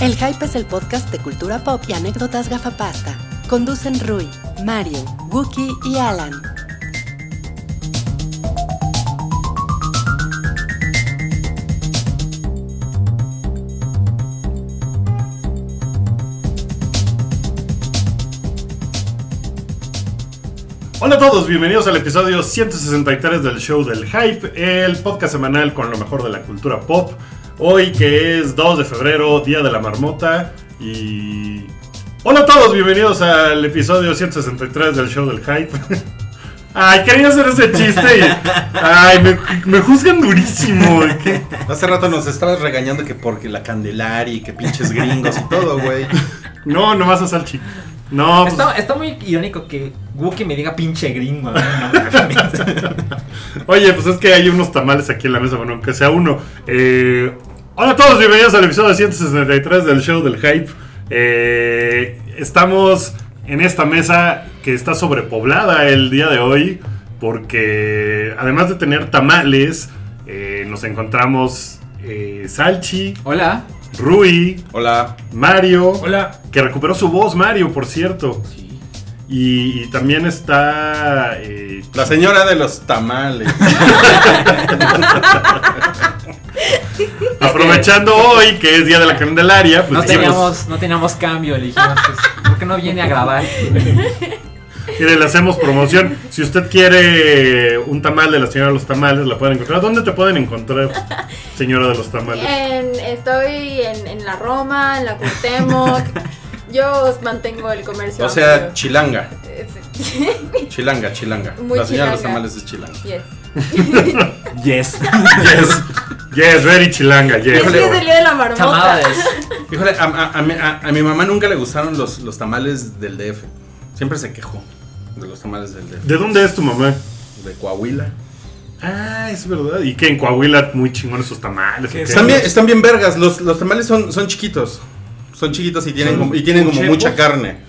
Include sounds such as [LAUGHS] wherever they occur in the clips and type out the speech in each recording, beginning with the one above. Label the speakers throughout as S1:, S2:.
S1: El Hype es el podcast de cultura pop y anécdotas gafapasta. Conducen Rui, Mario, Wookie y Alan.
S2: Hola a todos, bienvenidos al episodio 163 del show del Hype, el podcast semanal con lo mejor de la cultura pop. Hoy que es 2 de febrero, Día de la Marmota y... Hola a todos, bienvenidos al episodio 163 del show del Hype. [LAUGHS] Ay, quería hacer ese chiste y... Ay, me, me juzgan durísimo. ¿qué?
S3: Hace rato nos estabas regañando que porque la Candelaria y que pinches gringos y todo, güey.
S2: No, no vas a Salchi. No, pues,
S4: Está, está muy irónico que Wookie me diga pinche gringo. ¿no? No, mames.
S2: Oye, pues es que hay unos tamales aquí en la mesa, bueno, aunque sea uno. Eh, hola a todos, bienvenidos al episodio 163 del show del hype. Eh, estamos en esta mesa que está sobrepoblada el día de hoy, porque además de tener tamales, eh, nos encontramos eh, Salchi,
S4: [LAUGHS] Hola.
S2: Rui,
S3: Hola.
S2: Mario, que recuperó su voz, Mario, por cierto. Y, y también está... eh,
S3: La señora de los tamales.
S2: Aprovechando hoy que es día de la Candelaria, pues
S4: No
S2: dijimos,
S4: teníamos, no teníamos cambio, le dijimos, pues, ¿por qué no viene a [LAUGHS] grabar?
S2: mire, le hacemos promoción. Si usted quiere un tamal de la señora de los tamales, la pueden encontrar. ¿Dónde te pueden encontrar, señora de los tamales?
S5: En- estoy en, en la Roma, en
S2: [LAUGHS]
S5: la Cuauhtémoc. Yo os mantengo el comercio.
S3: O sea,
S5: amplio.
S3: chilanga.
S5: Es- [LAUGHS]
S3: Chilanga, chilanga.
S5: Muy
S3: la señora de los
S5: chilanga.
S3: tamales es chilanga.
S5: yes.
S4: Yes.
S2: [LAUGHS] Yes, yes, very chilanga, yes.
S5: Es que es el día de la marmota.
S4: Chamades.
S3: Híjole, a, a- a mi- a- a mi mamá nunca le gustaron los, los tamales del DF. Siempre se quejó de los tamales del DF.
S2: ¿De dónde es tu mamá?
S3: De Coahuila.
S2: Ah, es verdad. Y que en Coahuila muy chingones sus tamales. ¿o qué?
S3: Están bien, están bien vergas. Los, los tamales son, son chiquitos. Son chiquitos y tienen,
S6: ¿Son
S3: como, y tienen como
S6: chepos?
S3: mucha carne.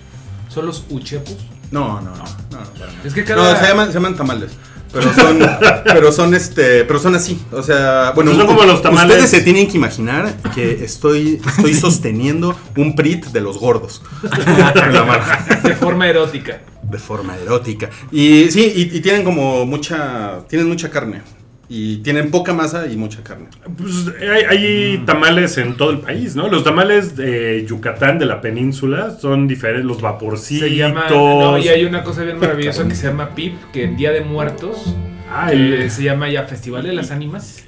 S6: ¿Son los uchepos?
S4: [LAUGHS]
S3: No, no, no. no, no, para nada.
S6: Es que
S3: No, se llaman, se llaman tamales. Pero son, [LAUGHS] pero son este, pero son así. O sea, bueno,
S2: Pues Son como los tamales.
S3: Ustedes se tienen que imaginar que estoy,
S2: [LAUGHS]
S3: estoy sosteniendo un prit de los gordos en la mano,
S6: De forma erótica.
S3: de forma erótica. Y sí, y, y tienen como mucha, tienen mucha carne y tienen poca masa y mucha carne.
S2: Pues, hay, hay tamales en todo el país, ¿no? Los tamales de Yucatán, de la península, son diferentes. Los vaporcitos.
S6: Se llama. No, y hay una cosa bien maravillosa que se llama PIP, que en Día de Muertos.
S2: Ah,
S6: que
S2: el-
S6: se llama ya Festival de las Ánimas.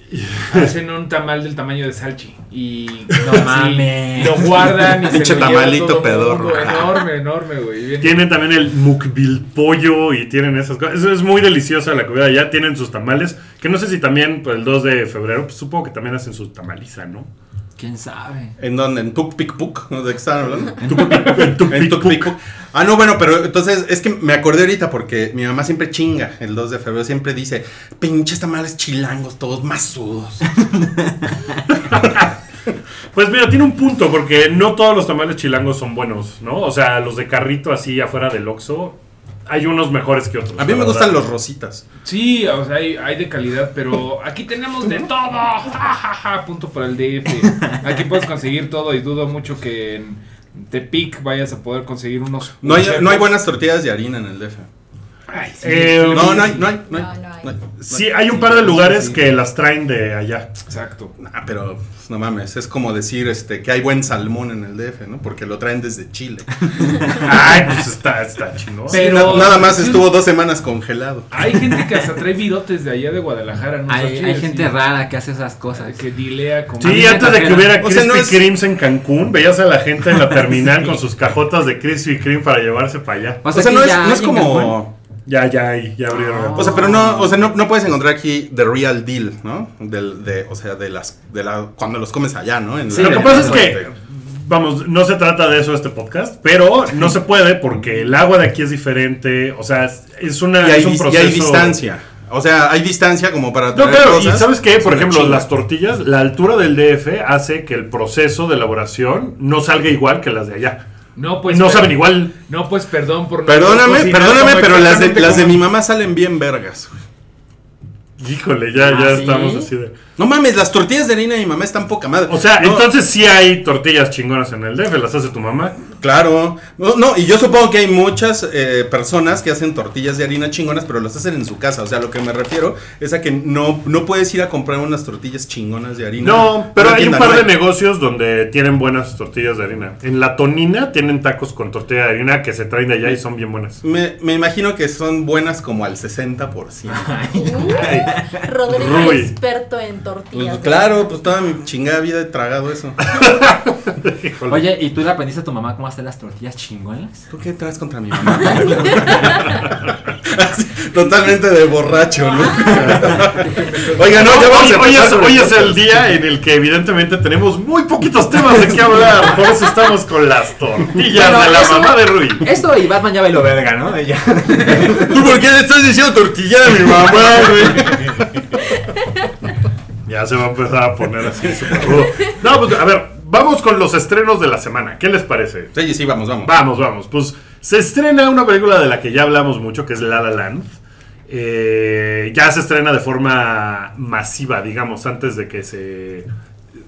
S6: Hacen un tamal del tamaño de Salchi. Y no
S4: mames.
S6: Lo guardan y
S3: [LAUGHS] Pinche
S6: se lo lleva
S3: tamalito
S6: todo
S3: pedorro.
S6: mundo. Enorme, enorme, güey. Bien-
S2: Tienen también el mukbil pollo y tienen esas cosas. Eso es muy deliciosa la comida. Ya tienen sus tamales. Que no sé si también pues, el 2 de febrero, pues, supongo que también hacen su tamaliza, ¿no?
S4: ¿Quién sabe?
S3: ¿En dónde? ¿En Tukpikpuk? ¿De qué estaban hablando?
S2: En tu
S3: [LAUGHS] En
S2: pic-
S3: Tukpikpuk. Ah, no, bueno, pero entonces es que me acordé ahorita porque mi mamá siempre chinga el 2 de febrero, siempre dice, pinches tamales chilangos,
S2: [LAUGHS]
S3: todos masudos.
S2: Pues mira, tiene un punto, porque no todos los tamales chilangos son buenos, ¿no? O sea, los de carrito así afuera del Oxxo, hay unos mejores que otros.
S3: A mí
S2: la
S3: me
S2: verdad.
S3: gustan los rositas.
S6: Sí, o sea, hay, hay de calidad, pero aquí tenemos de todo. Ja, ja, ja, punto para el DF. Aquí puedes conseguir todo y dudo mucho que en Tepic vayas a poder conseguir unos.
S3: No hay, no hay
S6: unos-
S3: buenas tortillas de harina en el DF.
S6: Ay, sí.
S2: Eh,
S3: No, no hay, no hay, no hay.
S5: No, no hay.
S3: no hay.
S2: Sí, hay un par de
S6: sí,
S2: lugares
S6: sí.
S2: que las traen de allá.
S6: Exacto.
S3: Nah, pero pues, no mames, es como decir este que hay buen salmón en el DF, ¿no? Porque lo traen desde Chile.
S2: Ay, pues está, está chingón.
S6: Sí. Pero-
S3: Na- nada más
S6: sí.
S3: estuvo dos semanas congelado.
S6: Hay gente que hasta trae virotes de allá de Guadalajara. No
S4: Hay,
S6: Sochi,
S4: hay
S6: así,
S4: gente rara que hace esas cosas.
S6: Que dilea como.
S2: Sí,
S4: me
S2: antes de que
S4: trajeron.
S2: hubiera
S3: O sea,
S2: Krispy
S3: no es-
S2: Kremes en Cancún, veías a la gente en la
S3: [LAUGHS]
S2: terminal con sus cajotas de Krispy Kreme para llevarse para allá.
S3: O sea,
S4: que
S3: no es,
S4: Pues, ya
S3: no es
S4: alguien ganó.
S3: como.
S2: Ya, ya, ahí, ya abrieron.
S3: Ah. O sea, pero no, o sea, no, no puedes encontrar aquí the real deal, ¿no? Del, de, o sea, de las, de la, cuando los comes allá, ¿no? En la-
S4: Sí,
S2: Lo que
S4: pero-
S2: pasa es que, vamos, no se trata de eso este podcast, pero no se puede porque el agua de aquí es diferente, o sea, es- es,
S3: y
S2: una,
S3: hay,
S2: es un
S3: dis- y hay
S2: proceso...
S3: distancia. O sea, hay distancia como para.
S2: No,
S3: tener
S2: claro, y
S3: cosas.
S2: sabes qué,
S3: Es
S2: por
S3: una
S2: ejemplo,
S3: chinga.
S2: las tortillas, la altura del DF hace que el proceso de elaboración no salga igual que las de allá.
S6: No, pues.
S2: no
S6: pero-
S2: saben igual.
S6: No, pues perdón por. no
S3: Perdóname,
S6: cocinar
S3: perdóname,
S6: como
S3: pero las de,
S6: exactamente
S3: las de
S6: como-
S3: mi mamá salen bien vergas. güey.
S2: Híjole, ya,
S4: Ah,
S2: ya
S4: ¿sí?
S2: estamos así de.
S3: No mames, las tortillas de harina de mi mamá están poca madre.
S2: O sea,
S3: No,
S2: entonces sí hay tortillas chingonas en el DF, las hace tu mamá.
S3: Claro. No, no, y yo supongo que hay muchas eh, personas que hacen tortillas de harina chingonas, pero las hacen en su casa. O sea, lo que me refiero es a que no, no puedes ir a comprar unas tortillas chingonas de harina.
S2: No, pero
S3: Una
S2: hay un
S3: tienda,
S2: par
S3: no
S2: de negocios donde tienen buenas tortillas de harina. En la tonina tienen tacos con tortilla de harina que se traen de allá y son bien buenas.
S3: Me, me imagino que son buenas como al 60%.
S2: [LAUGHS]
S5: Uh, Rodrigo,
S2: Rui.
S5: experto en
S3: Pues,
S5: tortillas.
S3: claro, pues toda mi chingada vida he tragado eso.
S2: Híjole.
S4: Oye, ¿y tú le aprendiste a tu mamá cómo hacer las tortillas chingonas?
S3: ¿Tú qué traes contra
S2: [LAUGHS]
S3: mi mamá? Así, Totalmente de borracho,
S2: [LAUGHS]
S3: ¿no? [LAUGHS] Oiga, no, ya vamos
S2: Hoy,
S3: a
S2: hoy es,
S3: empezar con
S2: hoy es el día en el que evidentemente tenemos muy poquitos temas de qué hablar. Por eso estamos con las tortillas
S4: Bueno,
S2: de la
S4: eso-
S2: mamá de
S3: [LAUGHS]
S2: Rui.
S4: Eso y Batman ya bailó verga, [LAUGHS] ¿no? Y ya.
S3: ¿Tú por qué le estás diciendo tortillera a mi mamá, güey?
S2: [LAUGHS] Ya se va a empezar a poner así súper rudo. No, pues a ver, vamos con los estrenos de la semana. ¿Qué les parece?
S3: Sí, sí, vamos, vamos.
S2: Vamos, vamos. Pues se estrena una película de la que ya hablamos mucho, que es La La Land. Eh, ya se estrena de forma masiva, digamos, antes de que se,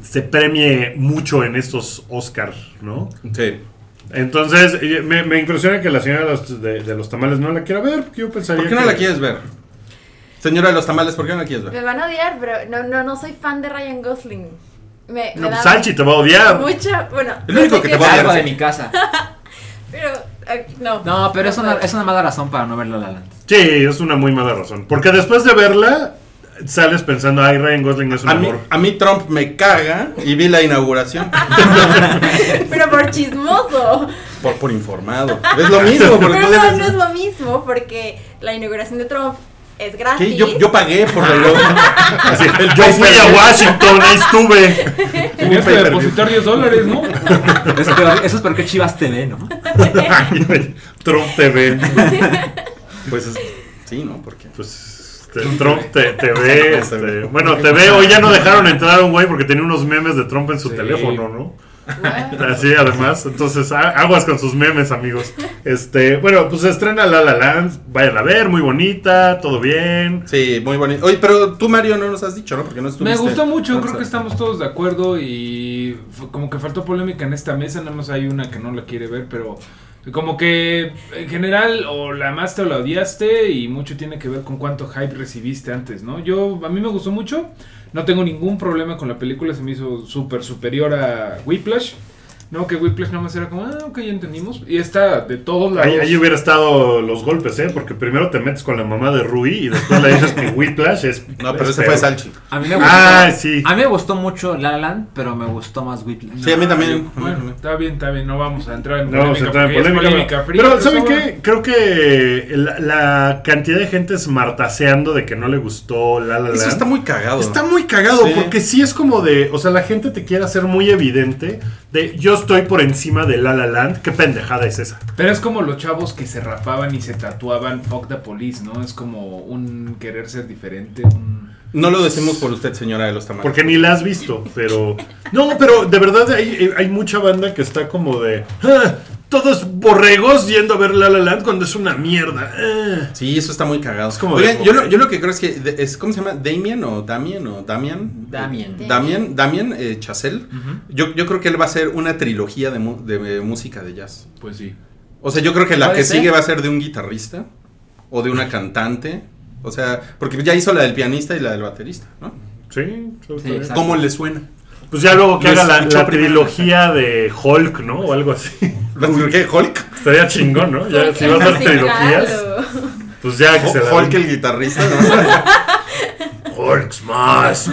S2: se premie mucho en estos Oscars, ¿no?
S3: Sí.
S2: Entonces, eh, me, me impresiona que la señora de los, de, de los tamales no la quiera ver, porque yo pensaría
S3: ¿Por qué no
S2: que-
S3: la quieres ver? Señora de los tamales, ¿por qué no la quieres
S5: Me
S3: ver?
S5: van a odiar, pero no, no, no soy fan de Ryan Gosling. Me, me
S2: No,
S5: da
S2: pues, Salchi te va a odiar.
S5: mucha, bueno,
S3: El único
S5: sé
S3: que
S5: qué
S3: te va a
S5: es-
S3: odiar.
S4: Salgo de mi casa.
S5: Pero eh, no.
S4: No, pero es una,
S5: puedo.
S4: es una mala razón para no ver La La Land.
S2: Sí, es una muy mala razón. Porque después de verla, sales pensando, ay, Ryan Gosling es un
S3: A mí,
S2: amor.
S3: a mí Trump me caga y vi la inauguración
S5: [LAUGHS] Pero por chismoso.
S3: por, por informado. Es lo mismo, porque
S5: Pero
S3: tú
S5: no,
S3: debes-
S5: no es lo mismo porque la inauguración de Trump es gratis.
S3: ¿Qué? Yo, yo pagué por la
S2: [LAUGHS] Así,
S3: El
S2: yo fui a
S3: pay-per-view.
S2: Washington, ahí estuve. [LAUGHS]
S6: Tenías que
S3: pay-per-view.
S6: depositar 10 dólares, ¿no?
S4: Eso, es peor- eso es porque Chivas TV, ¿no?
S2: Ay, ay, Trump TV.
S3: [LAUGHS] Pues es- sí, ¿no? Porque.
S2: Pues este, Trump te, te
S3: [LAUGHS]
S2: ve. este, bueno, te ve. Hoy ya no dejaron entrar a un güey porque tenía unos memes de Trump en su
S6: Sí.
S2: teléfono, ¿no? [LAUGHS] Así además. Entonces, a- aguas con sus memes, amigos. Este, bueno, pues se estrena La La Land. Vayan a ver, muy bonita, todo bien.
S3: Sí, muy bonito. Oye, pero tú, Mario, no nos has dicho, ¿no? Porque no
S6: Me
S3: estuviste.
S6: gustó mucho, creo
S3: Entonces-
S6: que estamos todos de acuerdo y fue como que faltó polémica en esta mesa, nada más hay una que no la quiere ver, pero como que en general o la amaste o la odiaste y mucho tiene que ver con cuánto hype recibiste antes, ¿no? Yo, a mí me gustó mucho, no tengo ningún problema con la película, se me hizo súper superior a Whiplash. No, que Whiplash nada más era como, ah, ok, ya entendimos. Y esta de todos lados.
S2: Ahí, ahí hubiera estado los golpes, ¿eh? Porque primero te metes con la mamá de Rui y después le dices que Whiplash es.
S3: No, pero
S2: es
S3: ese
S2: peor.
S3: fue Salchi.
S4: A mí me gustó,
S2: Ah, sí.
S4: a mí me gustó mucho La La Land, pero me gustó más Whiplash.
S3: Sí, a mí también.
S6: Bueno, está bien, está bien, no vamos a entrar en
S2: No vamos a entrar en
S6: porque es
S2: polémica.
S6: polémica
S2: pero-
S6: fría,
S2: pero,
S6: pues,
S2: ¿saben
S6: ahora-
S2: qué? Creo que la, la cantidad de gente es martaseando de que no le gustó la la
S3: Eso
S2: Land.
S3: está muy cagado.
S2: Está muy cagado
S3: Sí.
S2: porque sí es como de, o sea, la gente te quiere hacer muy evidente de yo estoy por encima de La La Land, qué pendejada es esa.
S6: Pero es como los chavos que se rapaban y se tatuaban fuck the police, ¿no? Es como un querer ser diferente, un...
S3: No lo decimos por usted, señora de los tamales.
S2: Porque ni la has visto, pero... No, pero de verdad hay, eh, hay mucha banda que está como de... "Ah, todos borregos yendo a ver La La Land cuando es una mierda. Ah".
S3: Sí, eso está muy cagado.
S2: Es como
S3: Oigan,
S2: de-
S3: yo, lo, yo lo que creo es que de- es, ¿cómo se llama? Damien o Damien o Damian.
S4: Damien.
S3: Damien, Damien eh, Chazelle. yo, yo creo que él va a hacer una trilogía de, mu- de, eh, música de jazz.
S6: Pues sí.
S3: O sea, yo creo que la
S4: Puede
S3: que
S4: ser.
S3: sigue va a ser de un guitarrista o de una cantante. O sea, porque ya hizo la del pianista y la del baterista, ¿no?
S2: Sí, sobre
S4: Sí,
S2: todo.
S4: exacto.
S3: ¿Cómo le suena?
S2: Pues ya luego que
S3: Lo
S2: haga la,
S3: escucho
S2: la
S3: primero.
S2: trilogía de Hulk, ¿no? O algo así. [LAUGHS]
S3: ¿Qué? ¿Hulk?
S2: Estaría chingón, ¿no? Ya, si vas a hacer trilogías, pues ya que se la
S3: ¿Hulk el guitarrista? ¿no? [LAUGHS]
S2: Hulk Smash.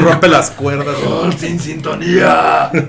S3: Rompe las cuerdas.
S2: sin sintonía. [LAUGHS]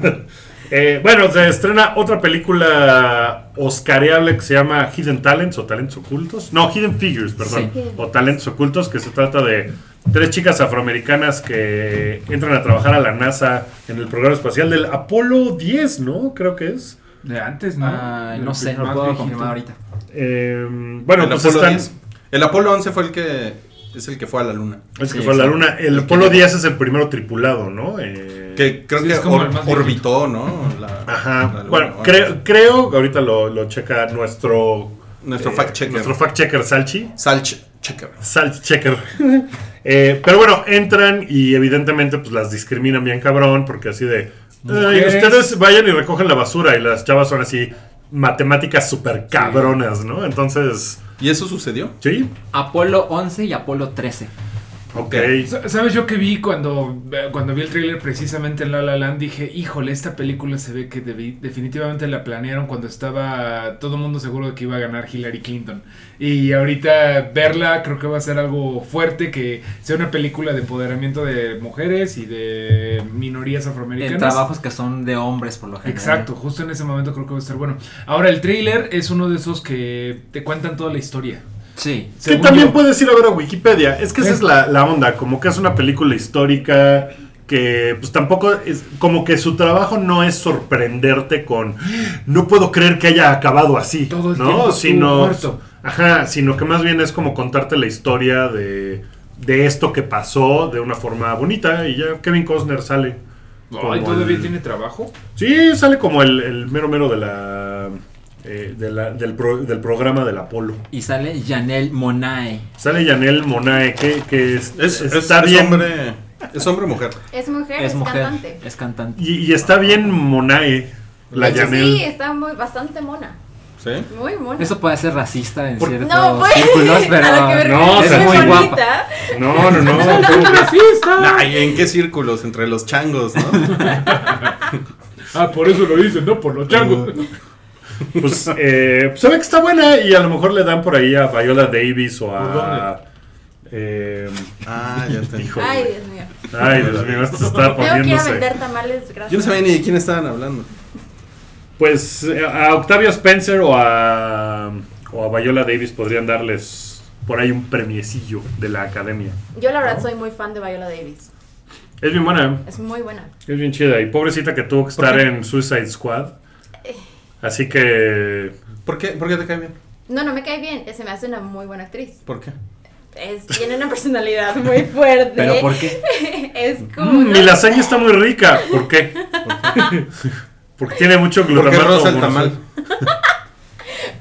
S2: Eh, bueno, se estrena otra película oscareable que se llama Hidden Talents o Talentos Ocultos. No, Hidden Figures, perdón.
S5: Sí.
S2: O Talentos Ocultos, que se trata de tres chicas afroamericanas que entran a trabajar a la NASA en el programa espacial del Apolo 10, ¿no? Creo que es.
S6: De antes, ¿no?
S4: Ay,
S6: De
S4: ah, no
S6: lo
S4: sé,
S6: que
S4: no
S6: más
S4: puedo
S6: viejito.
S4: confirmar ahorita.
S2: Eh, bueno,
S3: el,
S2: pues
S3: Apolo
S2: están.
S3: 10. el Apolo 11 fue el que es el que fue a la luna.
S2: Es que
S4: Sí,
S2: fue a la
S4: exacto.
S2: luna. El
S3: Lo que
S2: Apolo
S3: llegó.
S2: 10 es el primero tripulado, ¿no? Eh,
S3: Que creo
S6: Sí,
S3: que
S6: es como
S3: or-
S6: el más
S3: orbitó, ¿no? La- la
S2: Ajá.
S3: luna,
S2: Bueno,
S3: ¿no?
S2: creo, creo, ahorita lo, lo checa nuestro...
S3: Nuestro
S2: eh,
S3: fact checker.
S2: Nuestro fact checker Salchi.
S3: Salch Checker.
S2: Salt checker. [LAUGHS] Eh, pero bueno, entran y evidentemente pues las discriminan bien cabrón porque así de... "Ay,
S6: Mujeres.
S2: ustedes vayan y recogen la basura y las chavas son así matemáticas súper cabronas, ¿no? Entonces,
S3: ¿Y eso sucedió?
S2: sí,
S4: Apolo 11 y Apolo 13.
S2: ok.
S6: Sa- ¿Sabes yo que vi cuando, eh, cuando vi el tráiler precisamente en La La Land? Dije, híjole, esta película se ve que debi- definitivamente la planearon cuando estaba todo el mundo seguro de que iba a ganar Hillary Clinton. Y ahorita verla creo que va a ser algo fuerte, que sea una película de empoderamiento de mujeres y de minorías
S4: En
S6: afroamericanas.
S4: trabajos que son de hombres por lo general.
S6: Exacto, justo en ese momento creo que va a estar bueno. Ahora, el tráiler es uno de esos que te cuentan toda la historia.
S4: Sí.
S2: Que
S6: Según
S2: también
S6: yo. Eh.
S2: puedes ir a ver a Wikipedia. Es que esa
S6: Sí.
S2: es la, la onda, como que es una película histórica que pues tampoco es como que su trabajo no es sorprenderte con no puedo creer que haya acabado así,
S6: Todo el
S2: ¿no?
S6: tiempo estuvo
S2: sino
S6: muerto.
S2: ajá, sino que más bien es como contarte la historia de de esto que pasó de una forma bonita y ya Kevin Costner sale. como
S6: Ay, ¿Todavía
S2: el- [LAUGHS]
S6: tiene trabajo?
S2: Sí, sale como el, el mero mero de la, eh, de la- del, pro- del programa del Apolo.
S4: Y sale Janelle Monae.
S2: Sale Yanel Monae, que, que es-
S3: Es, es-
S2: está
S3: es
S2: bien.
S3: hombre. Es hombre o mujer.
S5: Es mujer, es,
S4: Es mujer.
S5: cantante.
S4: Es cantante.
S2: Y, y está bien Monae, la
S3: Sí,
S5: Sí,
S2: Yanel.
S5: está muy, bastante mona.
S3: ¿Sí?
S5: Muy mona.
S4: Eso puede ser racista en
S2: Por-
S4: ciertos
S5: no, pues. [LAUGHS]
S4: círculos, pero
S5: a lo que me
S2: no,
S5: refiero,
S2: o sea,
S5: es
S2: muy
S5: muy
S4: guapa.
S5: bonita.
S2: No, no, no.
S3: Ay, ¿en qué círculos? Entre los changos, ¿no?
S6: Ah, por eso lo dicen, no por los changos.
S2: Pues eh, pues se ve que está buena y a lo mejor le dan por ahí a Viola Davis o
S6: ¿Por dónde?
S2: a... eh,
S3: Ah, ya te
S2: Hijo.
S5: Ay, Dios mío.
S2: ay, Dios mío, esto está
S5: Tengo que ir a
S2: poniéndose.
S5: vender tamales, gracias.
S3: Yo no sabía ni de quién estaban hablando.
S2: Pues eh, a Octavio Spencer o a, o a Viola Davis podrían darles por ahí un premiecillo de la academia.
S5: Yo, la verdad soy muy fan de Viola Davis.
S2: Es bien buena, ¿eh?
S5: Es muy buena.
S2: es bien chida. Y pobrecita que tuvo que estar en Suicide Squad. Así que
S3: ¿Por qué? ¿Por qué te cae bien?
S5: No, no me cae bien. eh, Se me hace una muy buena actriz.
S3: ¿Por qué?
S5: Es, tiene una personalidad muy fuerte.
S4: ¿Pero por qué?
S5: [LAUGHS] es como.
S2: Mm, Mi
S5: no
S2: lasaña está muy rica. ¿Por qué? Porque tiene mucho
S3: ¿Por qué
S2: glutamato.
S3: rosa el
S2: monosol.
S3: tamal?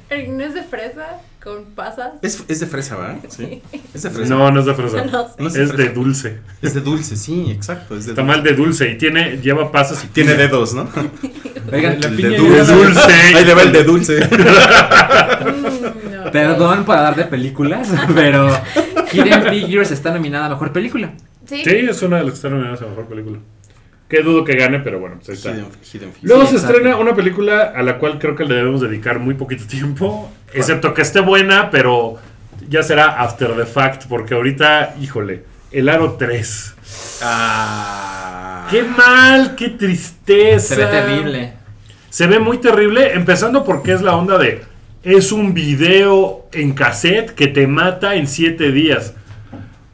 S5: sé, ¿No es de fresa? ¿Con pasas?
S3: Es, es de fresa, ¿verdad? Sí. Es de fresa.
S2: No, no es de fresa.
S5: No sé.
S3: No
S2: es
S3: es de
S2: de
S3: fresa.
S2: dulce.
S3: Es de dulce, sí, exacto. Es de
S2: Tamal de dulce y tiene lleva pasas y
S3: Tiene
S2: piña.
S3: dedos, ¿no?
S6: Oigan,
S3: El
S6: piña
S3: de
S6: ya
S3: dulce.
S6: la-
S2: dulce.
S3: Ahí le va el de dulce.
S5: Mm, no.
S4: Perdón por hablar de películas, [LAUGHS] pero Hidden Figures está nominada a Mejor Película.
S5: Sí.
S2: Sí, es una de las que está nominadas a mejor película. Que dudo que gane, pero bueno, pues ahí está.
S3: Hidden- hidden figures.
S2: Luego
S4: Sí,
S2: se
S4: exacto.
S2: estrena una película a la cual creo que le debemos dedicar muy poquito tiempo, excepto que esté buena, pero ya será after the fact, porque ahorita, híjole, El Aro 3.
S3: Ah.
S2: Qué mal, qué tristeza.
S4: Se ve terrible.
S2: Se ve muy terrible, empezando porque es la onda de. Es un video en cassette que te mata en 7 días.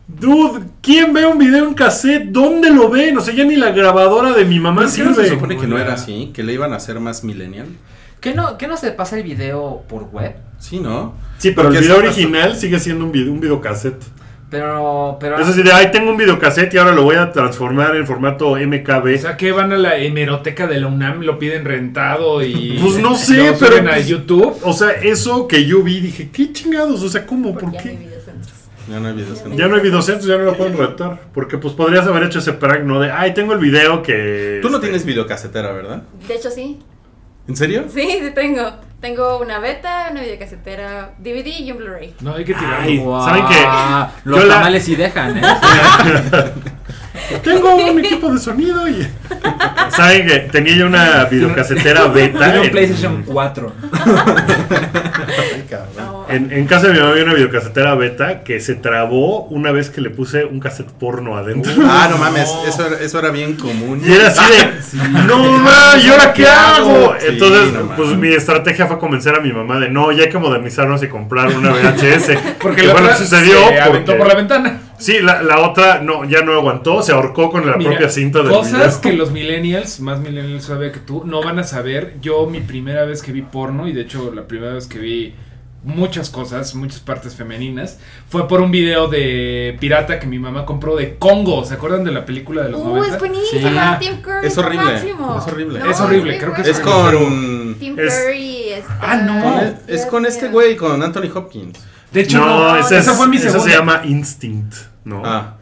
S2: Dude, ¿quién ve un video en cassette? ¿Dónde lo ven? O sea, ya ni la grabadora de mi mamá
S3: ¿No se
S2: sirve.
S3: supone que no era así? ¿Que le iban a hacer más millennial?
S4: ¿Qué no, ¿Qué no se pasa el video por web?
S3: Sí, ¿no?
S2: Sí, pero el
S3: Porque
S2: video
S3: eso pasó.
S2: original sigue siendo un video, un videocassette.
S4: Pero. pero
S2: Es así de, ay, tengo un videocassette y ahora lo voy a transformar en formato
S6: O
S2: MKB.
S6: sea, que van a la hemeroteca de la UNAM, lo piden rentado y.
S2: Pues no sé,
S6: lo
S2: pero,
S6: suben a
S2: pues,
S6: YouTube.
S2: O sea, eso que yo vi, dije, qué chingados, o sea, ¿cómo?
S5: Porque
S2: ¿Por
S5: Pues ya
S2: qué?
S5: no hay videocentros.
S3: Ya no hay videos. en-
S2: Ya no hay videocentros, ya no lo pueden rentar. Porque pues podrías haber hecho ese prank, ¿no? De, ay, tengo el video que...
S3: Tú no
S2: este,
S3: tienes videocasetera, ¿verdad?
S5: De hecho, sí.
S3: ¿En serio?
S5: Sí, sí tengo. Tengo una beta, una videocasetera, DVD y un Blu-ray.
S6: No, hay que tirarlo.
S2: Ay,
S4: Guau,
S2: ¿saben qué? Yo
S4: Los
S2: la-
S4: tamales sí
S2: [LAUGHS]
S4: dejan, ¿eh?
S2: Tengo un equipo de sonido y... [LAUGHS] ¿Saben que Tenía yo una videocasetera beta.
S4: Tiene un
S2: en-
S4: PlayStation 4.
S3: Ay, cabrón.
S5: No.
S2: En, en casa de mi mamá había una videocasetera beta que se trabó una vez que le puse un cassette porno adentro.
S3: Ah, no mames, eso era, eso era bien común.
S2: Y era así
S3: [LAUGHS]
S2: de, no mames, ¿y ahora qué hago?
S3: Sí,
S2: Entonces,
S3: no mames.
S2: pues mi estrategia fue convencer a mi mamá de, no, ya hay que modernizarnos y comprar
S6: [LAUGHS]
S2: una VHS.
S6: Porque
S2: Que
S6: la
S2: bueno,
S6: otra
S2: sucedió
S6: se aventó
S2: porque-
S6: por la ventana.
S2: Sí, la, la otra no, ya no aguantó, se ahorcó con la
S6: Mira,
S2: propia cinta del
S6: Cosas
S2: video.
S6: que los millennials, más millennials sabe que tú, no van a saber. Yo mi primera vez que vi porno, y de hecho la primera vez que vi muchas cosas, muchas partes femeninas, fue por un video de pirata que mi mamá compró de Congo. ¿Se acuerdan de la película de los
S5: Uh, es
S6: 90?
S5: buenísima.
S6: Sí.
S5: Tim Curry
S3: Es horrible,
S5: lo máximo.
S3: es horrible.
S6: Es horrible, creo que
S3: Es con. e,
S5: Tim
S2: Es-
S5: Curry. este, está-
S6: Ah, no.
S3: este Es con este güey, con Anthony Hopkins.
S6: De hecho,
S2: no,
S6: no,
S2: esa,
S6: esa
S2: es-
S6: fue mi
S2: esa
S6: segunda.
S2: se llama Instinct, ¿no?
S3: Ah,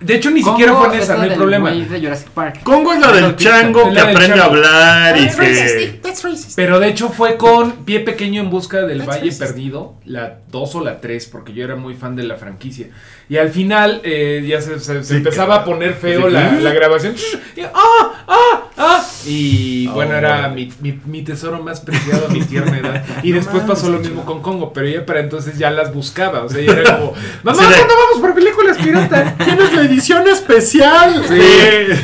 S6: De hecho, ni siquiera fue en esa, no hay
S7: del
S6: problema.
S7: güey de Jurassic Park.
S2: Congo es la del
S7: Autista.
S2: chango
S6: Es
S2: que
S6: la del
S2: aprende a
S6: chango.
S2: hablar y que...
S6: Pero de hecho fue con Pie Pequeño en busca del Valle Perdido, la 2 o la 3, porque yo era muy fan de la franquicia. Y al final eh, ya se, se- se
S2: Sí,
S6: empezaba a poner feo la, la grabación. Y, ¡Ah! ¡Ah! ¡Ah! Y
S3: Oh,
S6: bueno, era
S3: madre.
S6: mi, mi- mi tesoro más preciado a mi tierna edad. Y después pasó lo mismo con Congo, pero ella para entonces ya las buscaba. O sea, ella era como, mamá,
S2: Sí, de-
S6: ¿cuándo vamos por películas pirata?
S2: Tienes la edición especial
S6: Sí,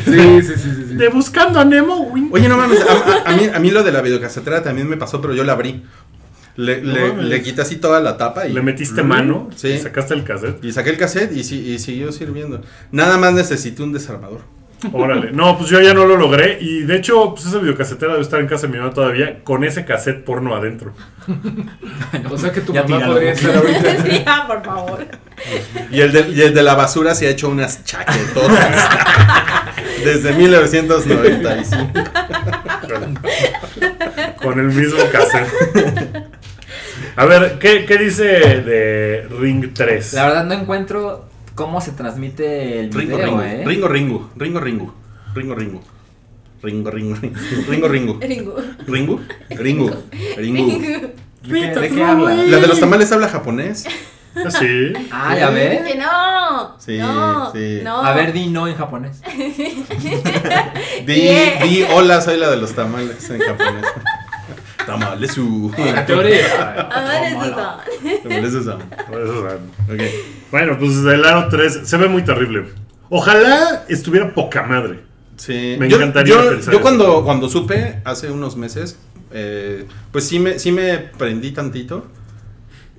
S6: sí, sí, sí, sí, sí.
S2: de Buscando a Nemo.
S3: Oye, no mames, a, a- a mí, a mí lo de la videocasetera también me pasó, pero yo la abrí. Le,
S2: No
S3: le-
S2: mames.
S3: le quité así toda la tapa y.
S2: Le metiste mano,
S3: Sí.
S2: y sacaste el cassette.
S3: Y saqué el cassette y, si- y siguió sirviendo. Nada más necesité un desarmador.
S2: Órale. No, pues yo ya no lo logré. Y de hecho, pues esa videocasetera debe estar en casa de mi mamá todavía con ese cassette porno adentro.
S6: O sea que tu
S4: Ya
S6: mamá
S4: tíralo.
S6: podría
S5: [LAUGHS]
S6: estar ahorita.
S5: [LAUGHS] Sí, ah, por favor.
S3: Y el, de, y el de la basura se ha hecho unas chaquetotas. Desde 1995.
S2: Con, con el mismo cassette. A ver, ¿qué, qué dice de Ring 3?
S7: La verdad no encuentro cómo se transmite el
S3: Ringo,
S7: video,
S3: Ringo,
S7: ¿eh?
S3: Ringo, Ringo, Ringo, Ringo, Ringo, Ringo. Ringo, Ringo, Ringo, Ringo, Ringo,
S5: Ringo.
S3: Ringo, Ringo, Ringo.
S5: Ringo.
S7: ¿De qué, de qué habla?
S3: La de los tamales habla japonés.
S2: Sí.
S7: Ah, ya
S5: Que
S7: ves.
S5: no.
S3: Sí,
S5: no,
S3: sí.
S5: No.
S7: A ver, di no en japonés.
S3: Di,
S5: Yeah.
S3: di, hola, soy la de los tamales en japonés. Tamales [LAUGHS] su.
S6: En teoría.
S5: A ver, eso
S3: Tamales su.
S2: Eso, o sea,
S3: Ok.
S2: Bueno, pues el Aro 3 se ve muy terrible. Ojalá estuviera poca madre.
S3: Sí.
S2: Me
S3: yo,
S2: encantaría
S3: yo-
S2: pensar
S3: yo
S2: eso.
S3: cuando, cuando supe hace unos meses, eh, pues sí me, sí me prendí tantito,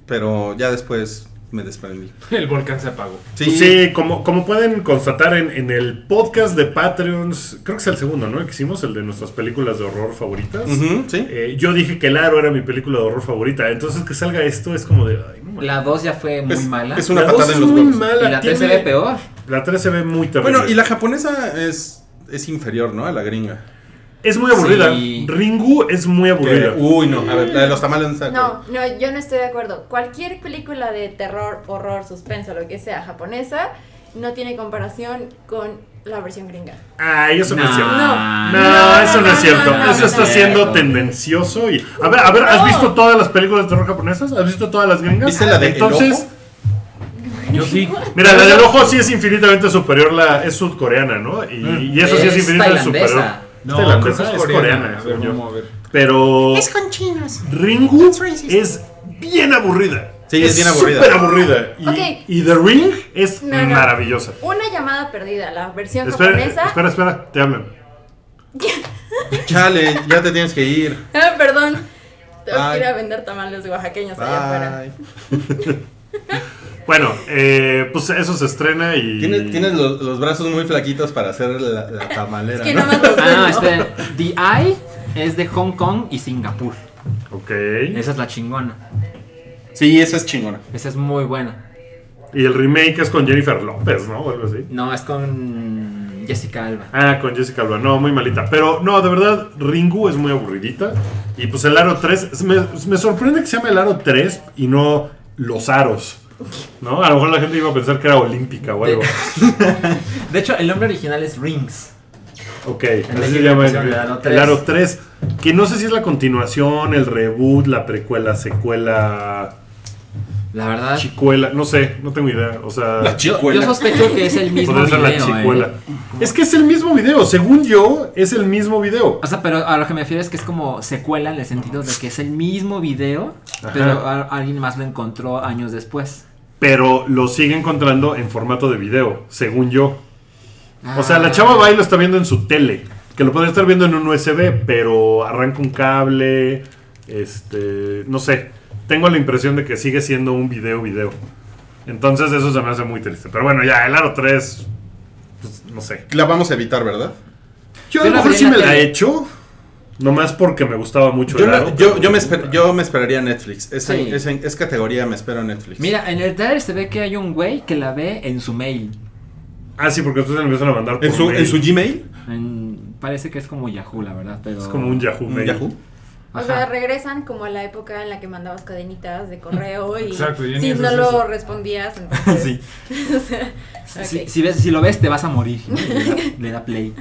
S3: pero ya después me desprendí.
S6: [LAUGHS] El volcán se apagó.
S2: Pues Sí, como, como pueden constatar en, en el podcast de Patreons, creo que es el segundo, ¿no? Que hicimos, el de nuestras películas de horror favoritas.
S3: Ujú, sí.
S2: Eh, yo dije que El Aro era mi película de horror favorita, entonces que salga esto es como de... Ay, no, mames.
S7: La 2 ya fue muy
S3: Es-
S7: mala.
S3: es una
S2: La
S3: patada
S2: dos
S3: en los
S2: es muy
S3: huevos.
S2: mala,
S7: y la 3 se
S2: tiene-
S7: ve peor.
S2: La 3 se ve muy terrible.
S3: Bueno, y la japonesa es, es inferior, ¿no? A la gringa.
S2: Es muy aburrida.
S7: Sí.
S2: Ringu es muy aburrida.
S3: Que- uy, no. A ver, la de los tamales no está.
S5: No, no, yo no estoy de acuerdo. Cualquier película de terror, horror, suspenso, lo que sea japonesa, no tiene comparación con la versión gringa.
S2: Ay, Ah, eso no, es
S7: Nah.
S2: cierto. No,
S7: No,
S2: eso no, es cierto.
S5: no, no,
S2: eso
S5: no,
S2: está
S5: no.
S2: siendo tendencioso y... A ver, a ver, ¿has
S5: No.
S2: visto todas las películas de terror japonesas? ¿Has visto todas las gringas?
S3: ¿Viste la de El
S2: Entonces...
S3: Ojo?
S6: Yo [LAUGHS] sí.
S2: Mira, la del ojo sí es infinitamente superior, la es sudcoreana, ¿no? Y, y eso sí es
S7: Mm. Es
S2: infinitamente
S7: tailandesa.
S2: superior.
S6: No,
S2: Es tailandesa,
S6: creo que
S2: es coreana,
S6: A ver,
S2: según yo.
S6: vamos a ver.
S2: Pero... Es con chinos. Ringu es bien aburrida.
S3: Sí, es bien aburrida.
S2: súper aburrida. Y,
S5: Ok.
S2: y The Ring es
S5: No, no.
S2: maravillosa.
S5: Una llamada perdida, la versión
S2: Espera,
S5: japonesa.
S2: espera, espera, te hablan.
S3: Chale, ya te tienes que ir.
S5: [LAUGHS] [LAUGHS] Ah, perdón. Tengo
S3: Bye.
S5: que ir a vender tamales oaxaqueños allá afuera.
S3: Bye.
S2: Bueno, eh, pues eso se estrena y...
S3: Tienes, tienes los, los brazos muy flaquitos para hacer la, la tamalera.
S5: Es que
S3: ¿no?
S5: no más los
S7: Ah, no,
S5: [LAUGHS] vendo.
S7: este. The Eye es de Hong Kong y Singapur.
S2: Ok.
S7: Esa es la chingona.
S3: Sí, esa es chingona.
S7: Esa es muy buena.
S2: Y el remake es con Jennifer López, ¿no? O algo así.
S7: No, es con Jessica Alba.
S2: Ah, con Jessica Alba. No, muy malita. Pero no, de verdad, Ringu es muy aburridita. Y pues el aro 3. es- Me, me sorprende que se llame el aro 3 y no los aros. ¿No? A lo mejor la gente iba a pensar que era olímpica o
S3: [LAUGHS]
S2: algo.
S7: De hecho, el nombre original es Rings.
S2: Ok,
S7: México
S2: así se
S7: le
S2: llama el,
S7: pusieron el aro
S2: el
S7: tres.
S2: aro 3. Que no sé si es la continuación, el reboot, la precuela, secuela,
S7: La verdad,
S2: chicuela. No sé, no tengo idea. O sea.
S7: yo sospecho que es el mismo
S2: Podría ser
S7: video.
S2: la chicuela.
S7: eh.
S2: Es que es el mismo video. Según yo, es el mismo video.
S7: O sea, pero a lo que me refiero es que es como secuela en el sentido de que es el mismo video,
S2: Ajá.
S7: pero a- alguien más lo encontró años después.
S2: Pero lo sigue encontrando en formato de video, según yo. O sea, la
S7: Ah.
S2: chava va y lo está viendo en su tele. Que lo podría estar viendo en un USB, pero arranca un cable. Este. No sé. Tengo la impresión de que sigue siendo un video, video. Entonces, eso se me hace muy triste. Pero bueno, ya, el aro 3. pues, no sé.
S3: La vamos a evitar, ¿verdad?
S2: Yo a lo
S7: Pero
S2: mejor
S7: sí
S2: sí
S7: en
S2: me
S7: la
S2: la
S7: tele.
S2: he hecho. Nomás porque me gustaba mucho
S3: Yo,
S2: el
S3: la-
S2: aro.
S3: yo,
S2: pero-
S3: yo me esper- yo me esperaría Netflix. Es, en-
S7: Sí.
S3: es en- es categoría me espero Netflix.
S7: Mira, en el trailer se ve que hay un güey que la ve en su mail.
S2: Ah, sí, porque ustedes le empiezan a mandar por
S3: ¿En su,
S2: mail.
S3: ¿En su Gmail?
S7: En- parece que es como Yahoo, la verdad, pero...
S2: Es como un Yahoo
S3: ¿Un
S2: mail.
S3: Yahoo?
S5: O
S7: Ajá.
S5: sea, regresan como a la época en la que mandabas cadenitas de correo y
S6: Exacto, ya ni
S5: si
S6: eso
S5: no
S6: es
S5: lo
S6: eso.
S5: respondías, entonces...
S7: Sí.
S5: o sea, ok.
S7: Si, si ves, si lo ves, te vas a morir. ¿no? Le [LAUGHS] da, le da play.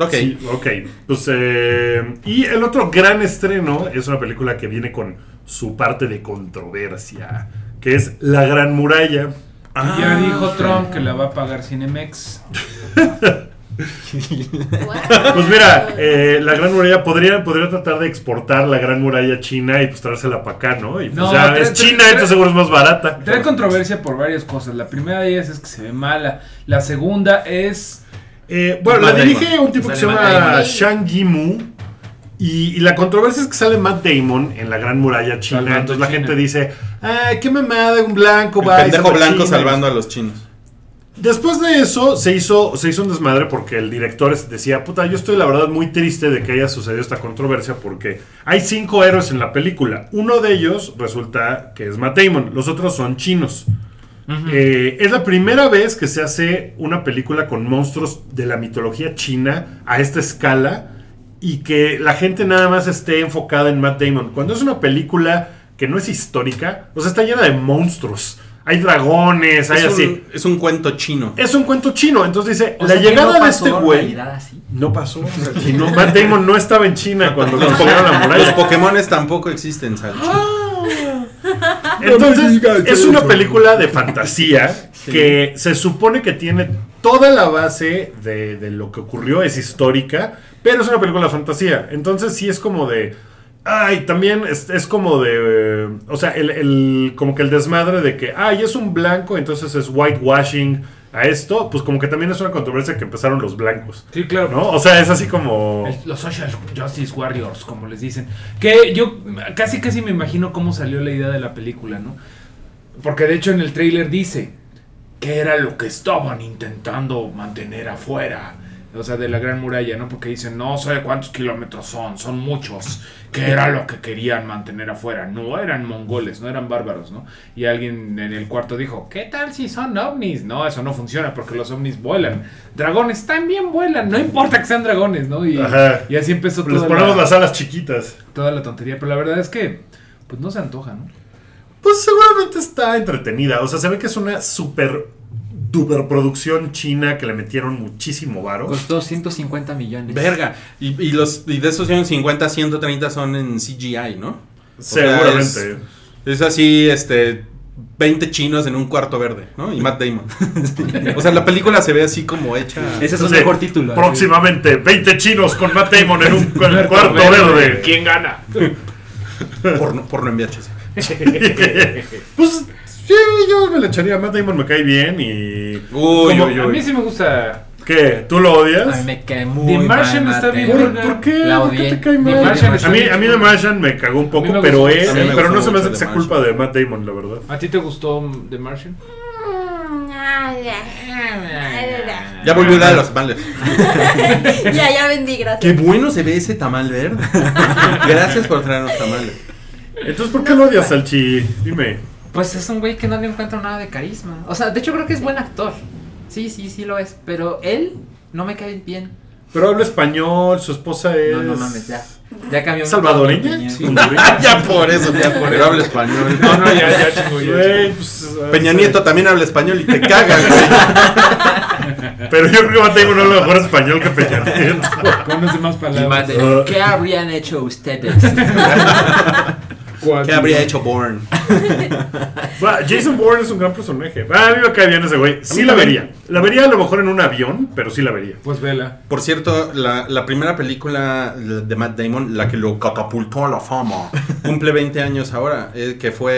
S3: Ok.
S2: Sí, ok. Pues, eh, y el otro gran estreno es una película que viene con su parte de controversia, que es La Gran Muralla.
S6: Y ya dijo Trump que la va a pagar Cinemex.
S5: Wow.
S2: Pues mira, eh, la Gran Muralla podría, podría tratar de exportar la Gran Muralla a China y pues trársela para acá, ¿no? Y pues
S6: No,
S2: ya
S6: trae-
S2: es
S6: trae-
S2: China,
S6: trae-
S2: entonces seguro es más barata.
S6: Trae controversia por varias cosas. La primera de ellas es que se ve mala. La segunda es.
S2: Eh, bueno, la
S3: Matt
S2: dirige
S3: Damon.
S2: un tipo que se
S6: Sale Matt
S2: llama
S5: Damon.
S2: Shang Yimou. Y, y la controversia es que sale Matt Damon en la Gran Muralla China.
S6: Salvando
S2: entonces la
S6: China.
S2: gente dice, ah, qué mamada, un blanco
S3: El
S2: va. y
S3: pendejo
S2: salva
S3: blanco
S2: China".
S3: salvando a los chinos.
S2: Después de eso se hizo, se hizo un desmadre porque el director es- decía, puta, yo estoy la verdad muy triste de que haya sucedido esta controversia porque hay cinco héroes en la película. Uno de ellos resulta que es Matt Damon, los otros son chinos. Eh, es la primera vez que se hace una película con monstruos de la mitología china a esta escala y que la gente nada más esté enfocada en Matt Damon. Cuando es una película que no es histórica, o sea, está llena de monstruos. Hay dragones, hay
S3: Es
S2: así.
S3: un, es un cuento chino.
S2: Es un cuento chino, entonces dice,
S7: O
S2: la
S7: sea, que
S2: llegada
S7: no
S2: de
S7: pasó
S2: este
S7: en
S2: güey
S7: realidad así.
S2: no pasó. o sea, si no, Matt Damon no estaba en China cuando
S3: Los,
S2: construyeron la
S3: Pokémon los
S2: muralla.
S3: Pokémones tampoco existen,
S7: [GASPS]
S3: Salchi.
S2: Entonces,
S3: No me digas
S2: es una
S3: eso.
S2: película de fantasía
S7: Sí.
S2: que se supone que tiene toda la base de, de lo que ocurrió, es histórica, pero es una película de fantasía. Entonces, sí es como de. Ay, también es, es como de. eh, o sea, el, el- como que el desmadre de que. Ay, es un blanco, entonces es whitewashing a esto. Pues como que también es una controversia que empezaron los blancos.
S6: Sí, claro.
S2: ¿No? O sea, es así como.
S6: El- Los Social Justice Warriors, como les dicen. Que yo casi casi me imagino cómo salió la idea de la película, ¿no? Porque de hecho en el tráiler dice que era lo que estaban intentando mantener afuera. O sea, de la Gran Muralla, ¿no? Porque dicen, no sé cuántos kilómetros son, son muchos. Que era lo que querían mantener afuera. No eran mongoles, no eran bárbaros, ¿no? Y alguien en el cuarto dijo, ¿qué tal si son ovnis? No, eso no funciona porque los ovnis vuelan. Dragones también vuelan, no importa que sean dragones, ¿no? Y,
S2: Ajá.
S6: y así empezó
S2: Les
S6: toda
S2: ponemos
S6: la,
S2: las alas chiquitas.
S6: toda la tontería. Pero la verdad es que, pues no se antoja, ¿no?
S2: Pues seguramente está entretenida. O sea, se ve que es una super duper producción china que le metieron muchísimo varo.
S7: Costó 150 millones.
S3: Verga. Y, y los, y de esos 150, 130 son en CGI, ¿no?
S2: Seguramente.
S3: Es así, este. 20 chinos en un cuarto verde, ¿no? Y Matt Damon. [LAUGHS] O sea, la película se ve así como hecha.
S7: Ese es un
S2: Entonces,
S7: mejor título. ¿eh? así.
S2: Próximamente, 20 chinos con Matt Damon en un cu- en un
S6: Muerto
S2: cuarto
S6: verde.
S2: verde. ¿Quién [LAUGHS] gana?
S3: Porno, porno en VHS.
S7: Ah.
S2: pues sí, yo me le echaría. Matt Damon me cae bien y.
S3: Uy,
S6: Como-
S3: uy,
S6: [LAUGHS] a mí
S3: uy.
S6: sí me gusta.
S2: ¿Qué? ¿Tú lo
S7: A mí
S2: odias?
S7: me cae muy
S6: The Martian
S7: mal,
S6: está
S7: Matt
S6: bien
S7: Damon.
S6: verga.
S2: ¿Por qué?
S7: La
S2: ¿Por qué
S7: odié.
S2: te cae
S7: The
S2: mal?
S6: Martian
S2: A
S6: está
S2: mí,
S6: bien
S2: a mí
S6: chido.
S2: The Martian me cagó un
S6: A mí
S2: poco,
S6: me
S2: pero
S6: gustó.
S2: es,
S6: A mí me
S2: pero
S3: gustó
S2: no se me hace que
S3: mucho The
S2: sea
S3: Martian.
S2: culpa de Matt Damon, la verdad.
S6: ¿A ti te gustó The Martian?
S5: Mm, ay,
S3: [LAUGHS]
S5: ay, ay,
S3: Ya volvió la de los males.
S5: ay. Ya, ya vendí,
S3: Qué
S5: gracias.
S3: bueno se ve ese tamal verde. [LAUGHS] Gracias por traernos tamales.
S2: Entonces, ¿por qué lo odias, Salchi? Dime.
S7: Pues es un güey que no le encuentro nada de carisma. O sea, de hecho creo que es buen actor. Sí, sí, sí lo es. Pero él no me cae bien.
S2: Pero habla español, su esposa es.
S7: No, no mames, ya. Ya cambió. mi-
S2: ¿Salvadoreña?
S7: mi
S2: Sí.
S7: opinión.
S3: [LAUGHS] ya por eso, ya por eso. habla español.
S6: No, no,
S2: [LAUGHS]
S6: ya, ya, chingo, ya, chingo.
S2: Güey, pues, ah,
S3: Peña
S2: sí.
S3: Nieto también habla español y te [LAUGHS] cagas, güey.
S2: Pero yo creo que Matt Damon habla mejor español que Peña Nieto.
S6: Conoce más
S7: Y Matt
S6: palabras.
S7: Damon, ¿Qué habrían hecho ustedes?
S2: [LAUGHS]
S6: Cuatro.
S3: ¿Qué habría hecho Bourne?
S2: [LAUGHS] Va, Jason Bourne es un gran personaje. Ah, a mí me cae bien ese güey. Sí la vería. La vería a lo mejor en un avión, pero sí la vería.
S6: Pues vela.
S3: Por cierto, la, la primera película de Matt Damon, la que lo catapultó a la fama, cumple 20 años ahora, eh, que fue...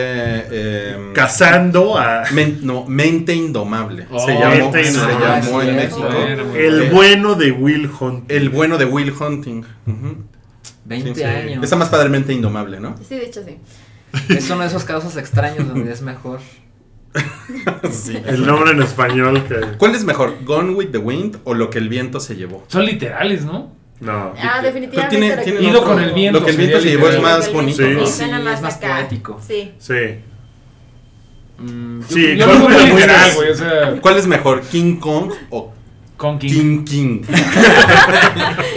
S3: eh,
S2: Cazando a
S3: Men- no, Mente Indomable.
S6: Oh,
S3: se llamó,
S2: Mente
S3: se
S2: Indomable.
S3: llamó en
S7: Ah, sí,
S3: México. Eh,
S6: bueno.
S2: el bueno de Will Hunt.
S3: El bueno de Will Hunting. Ujú.
S7: 20
S3: Sí, sí.
S7: años.
S3: Está más padre Mente Indomable, ¿no?
S5: Sí, de hecho sí.
S7: Es uno de esos casos extraños donde es mejor.
S2: El nombre en español que.
S3: ¿Cuál es mejor, Gone with the Wind o Lo que el viento se llevó?
S6: Son literales, ¿no?
S2: No.
S5: Ah,
S3: Pero
S5: definitivamente.
S3: tiene,
S5: lo
S3: tiene
S5: que-
S6: Ido con el viento
S3: Lo que el viento se
S6: sería
S3: llevó es
S5: Sí,
S6: literal.
S3: más
S5: lo que el
S3: bonito.
S5: viento
S2: ¿no?
S5: Sí, suena
S7: Sí,
S5: más
S7: es más
S5: acá.
S7: poético.
S5: Sí.
S2: Sí.
S6: Mm,
S2: Sí,
S6: yo, yo
S2: con-
S6: lo veo
S2: con-
S6: literal, güey. O sea,
S3: ¿Cuál es mejor, King Kong o
S6: Kong
S3: King
S6: King
S3: King.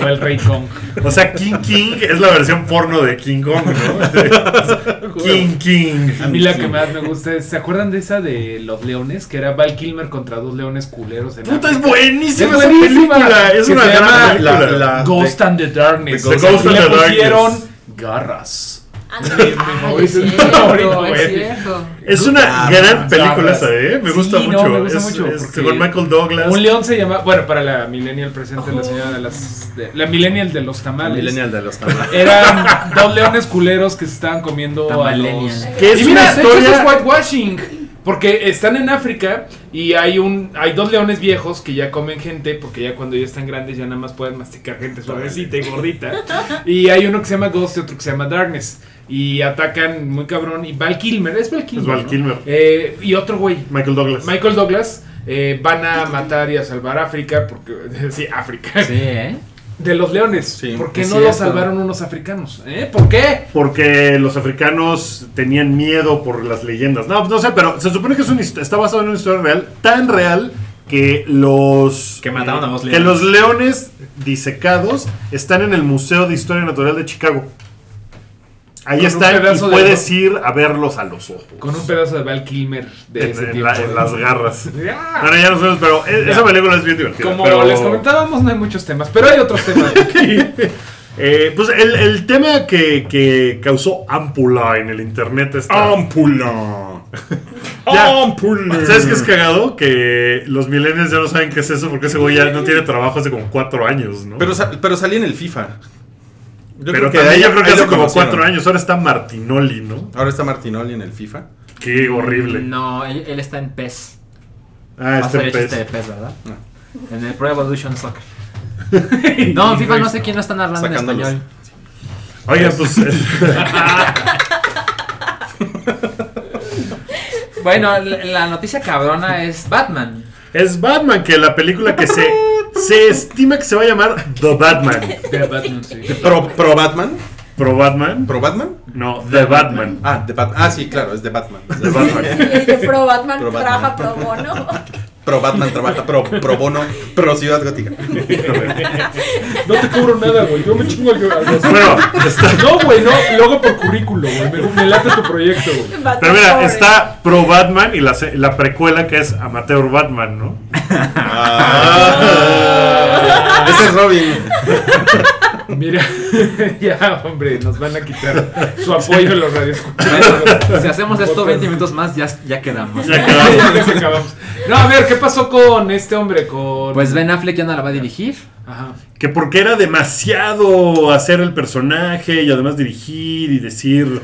S6: o el Rey Kong.
S2: O sea, King King es la versión porno de King Kong,
S6: [LAUGHS]
S2: ¿no? King King.
S6: A mí la que más me gusta es, ¿se acuerdan de esa de los leones? Que era Val Kilmer contra dos leones culeros en
S2: Puta, es
S6: África.
S2: buenísima
S6: Es
S2: esa
S6: buenísima.
S2: película. Es
S6: Que
S2: una
S6: se llama
S2: gran película.
S3: la- la-
S6: Ghost and the Darkness.
S2: The Ghost
S6: Y
S2: and
S6: le
S2: the Darkness.
S6: pusieron garras.
S5: Ándale.
S6: Mi
S7: Ay,
S6: favorito,
S7: es
S6: mi
S7: cierto,
S6: favorito,
S7: es
S6: güey.
S7: cierto.
S2: Es una
S3: Ah,
S2: gran película
S6: Sabras.
S2: esa, ¿eh? Me gusta
S6: Sí, no,
S2: mucho.
S6: me gusta
S2: es,
S6: mucho,
S2: es
S6: porque-
S2: con Michael Douglas.
S6: Un león se llama, bueno, para la millennial presente, la señora de las, de- la millennial de los tamales.
S3: Millennial de los tamales.
S6: Eran dos leones culeros que se estaban comiendo a los...
S7: Tamalenial.
S2: Que
S6: y
S2: es una
S6: mira, de hecho, eso
S2: historia.
S6: es whitewashing. Porque están en África y hay un hay dos leones viejos que ya comen gente, porque ya cuando ya están grandes ya nada más pueden masticar gente suavecita y gordita. Y hay uno que se llama Ghost y otro que se llama Darkness. Y atacan muy cabrón. Y Val Kilmer, es Val Kilmer.
S2: Es Val
S6: ¿no?
S2: Kilmer.
S6: Eh, y otro güey,
S2: Michael Douglas.
S6: Michael Douglas. eh, van a matar y a salvar África, porque [LAUGHS] sí, África,
S7: Sí, ¿eh?
S6: de los leones.
S3: Sí,
S6: ¿Por qué
S7: es
S6: no los
S7: cierto.
S6: salvaron unos africanos? ¿Eh? ¿Por qué?
S2: Porque los africanos tenían miedo por las leyendas. No, pues no sé, pero se supone que es un, está basado en una historia real, tan real que los
S4: Que mataron a dos
S2: que
S4: leones.
S2: los leones disecados están en el Museo de Historia Natural de Chicago. Ahí
S6: Con un
S2: están y
S6: pedazo de-
S2: puedes ir a verlos a los ojos.
S6: Con un pedazo de Val Kilmer de
S2: en,
S6: ese
S2: en
S6: tiempo. ¿eh?
S2: la- en las
S6: [LAUGHS]
S2: garras.
S6: Ya.
S2: Bueno, ya no sabemos, pero e-
S6: Ya.
S2: esa película es bien divertida.
S6: Como
S2: pero- [LAUGHS]
S6: les comentábamos, no hay muchos temas, pero hay otros temas.
S2: Eh, pues el, el tema que, que causó ámpula en el internet está.
S3: Ámpula.
S2: Ya.
S3: Ámpula.
S2: ¿Sabes qué es cagado? Que los millennials ya no saben qué es eso porque ese güey ya no tiene trabajo hace como cuatro años, ¿no?
S3: Pero, sa- pero salí en el FIFA. Yo
S2: Pero también
S3: ahí-
S2: yo creo que
S3: ahí
S2: hace
S3: lo
S2: como
S3: conocieron.
S2: cuatro años. Ahora está Martinoli, ¿no?
S3: Ahora está Martinoli en el FIFA.
S2: Qué horrible.
S7: No, él, él está en PES.
S2: Ah,
S7: Vas a ver
S2: este
S7: el chiste de
S2: pez.
S7: PES, ¿verdad?
S3: No.
S7: En el Pro Evolution Soccer. este. No, en FIFA no sé quién no están hablando en
S3: Sacándolos.
S7: español.
S2: Oiga,
S7: [LAUGHS]
S2: pues. [LAUGHS]
S7: Bueno, la, la noticia cabrona es Batman.
S2: es Batman, que la película que se, se estima que se va a llamar The Batman.
S6: De Batman, sí.
S3: Pro, pro Batman.
S2: ¿Pro Batman?
S3: Pro Batman.
S2: No, The Batman.
S3: Ah, de Bat- ah, sí, claro, es de Batman. Es
S2: The
S3: de-
S2: Batman.
S5: El de Pro Batman
S3: Pro Batman.
S5: trabaja pro bono.
S3: [LAUGHS] Pro Batman trabaja pro, pro bono, pro ciudad gótica.
S6: No te cobro nada, güey. Yo me chingo al
S2: Bueno, está.
S6: No, güey, no. Luego por currículo, güey. Me, me late tu proyecto, güey.
S5: Batman
S2: Pero mira,
S5: pobre.
S2: está Pro Batman y la, se- la precuela que es Amateur Batman, ¿no?
S3: Ah. Ese es Robin.
S6: Mira, [LAUGHS] ya, hombre, nos van a quitar su apoyo en los radioescuchas.
S7: Si hacemos esto 20 minutos más, ya, ya quedamos.
S2: Ya
S6: Ya
S2: quedamos.
S6: nos acabamos. No, a ver, ¿qué pasó con este hombre? Con.
S7: Pues Ben Affleck ya no la va a dirigir.
S6: Ajá.
S2: Que porque era demasiado hacer el personaje y además dirigir y decir.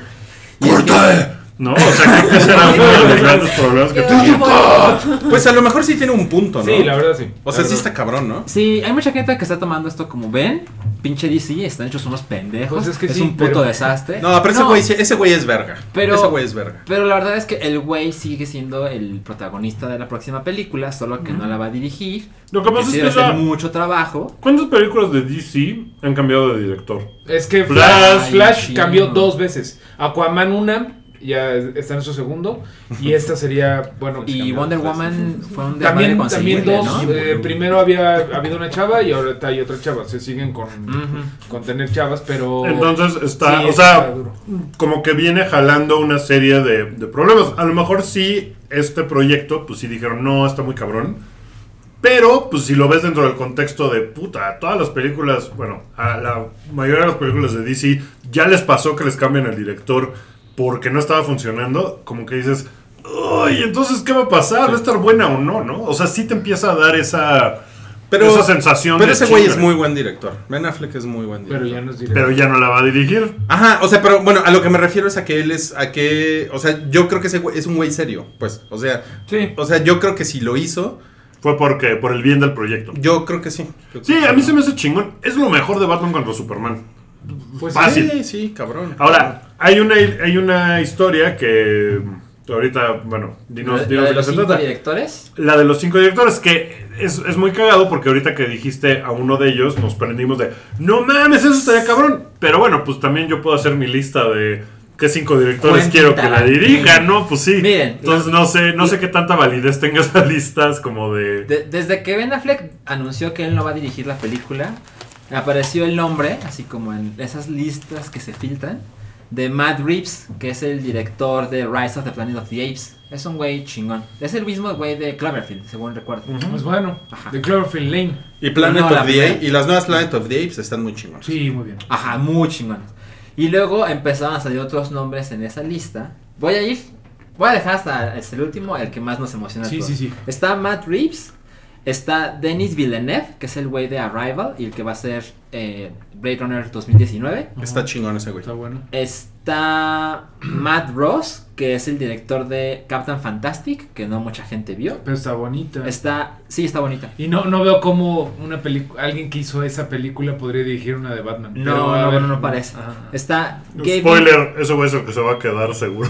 S2: ¡Corta! No, o sea, creo que ese era uno de los grandes problemas que
S5: Quedó
S2: tenía.
S5: bono.
S3: Pues a lo mejor sí tiene un punto, ¿no?
S6: Sí, la verdad sí.
S3: O sea, sí está cabrón, ¿no?
S7: Sí, hay mucha gente que está tomando esto como Ben. Pinche DC, están hechos unos pendejos.
S6: Pues es
S7: es
S6: que sí,
S7: un puto
S6: pero-
S7: desastre.
S3: No, pero ese güey sí- ese güey es verga.
S7: Pero-
S3: ese güey es verga.
S7: Pero la verdad es que el güey sigue siendo el protagonista de la próxima película, solo que no la va a dirigir.
S2: Lo que
S7: porque
S2: pasa
S7: sí
S2: es
S7: debe
S2: que.
S7: hacer
S2: la-
S7: mucho trabajo.
S2: ¿Cuántas películas de DC han cambiado de director?
S6: Es que
S2: Flash.
S6: Flash,
S7: Ay,
S6: Flash
S7: sí.
S6: cambió dos veces. Aquaman una, ya está en su segundo. Y esta sería, bueno. pues,
S7: Y
S6: cambió
S7: Wonder
S6: tres.
S7: Woman fue un desmadre
S6: También, también
S7: conseguirle,
S6: dos.
S7: ¿no?
S6: eh, primero había habido una chava y ahorita hay otra chava. Se siguen con,
S7: Ujú.
S6: con tener chavas, pero.
S2: Entonces está,
S6: Sí,
S2: o sea,
S6: está duro.
S2: como que viene jalando una serie de, de problemas. A lo mejor sí, este proyecto, pues sí dijeron, no, está muy cabrón. Pero, pues si lo ves dentro del contexto de puta, todas las películas, bueno, a la mayoría de las películas de DC ya les pasó que les cambian el director porque no estaba funcionando, como que dices, uy, entonces, ¿qué va a pasar? ¿Va a estar buena o no, no? O sea, sí te empieza a dar esa, esa sensación
S3: Pero
S2: de
S3: ese güey es
S2: chinga.
S3: muy buen director. Ben Affleck es muy buen director.
S6: Pero ya no es directo.
S2: Pero ya no la va a dirigir.
S3: Ajá, o sea, pero bueno, a lo que me refiero es a que él es a que, o sea, yo creo que ese güey es un güey serio, pues, o sea,
S6: Sí.
S3: o sea, yo creo que si lo hizo,
S2: Fue porque, por el bien del proyecto.
S3: yo creo que sí. Yo creo
S2: Sí,
S3: que
S2: a mí se me hace chingón. Es lo mejor de Batman contra Superman.
S6: Pues
S2: Fácil. Ah,
S3: Sí, sí, cabrón.
S2: Ahora, hay una, hay una historia que mm, ahorita, bueno, dinos,
S7: ¿La-
S2: dinos de
S7: la de
S2: qué
S7: los
S2: se
S7: cinco
S2: trata.
S7: directores?
S2: La de los cinco directores, que es, es muy cagado porque ahorita que dijiste a uno de ellos, nos prendimos de, no mames, eso estaría cabrón. Pero bueno, pues también yo puedo hacer mi lista de ¿Qué cinco directores
S7: Quentin
S2: quiero que la
S7: Tarantino.
S2: dirijan? No, pues sí.
S7: Miren,
S2: Entonces no sé, no sé qué tanta validez tenga esas listas como de.
S7: De- desde que Ben Affleck anunció que él no va a dirigir la película, apareció el nombre, así como en esas listas que se filtran, de Matt Reeves, que es el director de Rise of the Planet of the Apes. Es un güey chingón. Es el mismo güey de Cloverfield, según recuerdo.
S6: Pues bueno, de Cloverfield Lane.
S3: Y Planet
S7: No,
S3: of
S7: la
S3: the
S7: primera.
S3: Apes. Y las nuevas Planet of the Apes están muy chingonas.
S6: Sí, muy bien.
S7: Ajá, muy chingones. Y luego empezaron a salir otros nombres en esa lista. Voy a ir, voy a dejar hasta hasta el último, el que más nos emociona. a
S6: Sí,
S7: todos.
S6: sí, sí.
S7: Está Matt Reeves, está Denis Villeneuve, que es el güey de Arrival y el que va a ser eh, Blade Runner 2019.
S3: Está chingón ese güey.
S6: Está bueno.
S7: Está Matt Ross, que es el director de Captain Fantastic, que no mucha gente vio.
S6: Pero está bonita.
S7: Está, sí, está bonita.
S6: Y no, no veo cómo una pelicu- alguien que hizo esa película podría dirigir una de Batman.
S7: No,
S6: Pero, a
S7: no,
S6: ver.
S7: no, no parece.
S6: Ajá.
S7: Está Gavin-
S2: Spoiler, eso güey es el que se va a quedar seguro.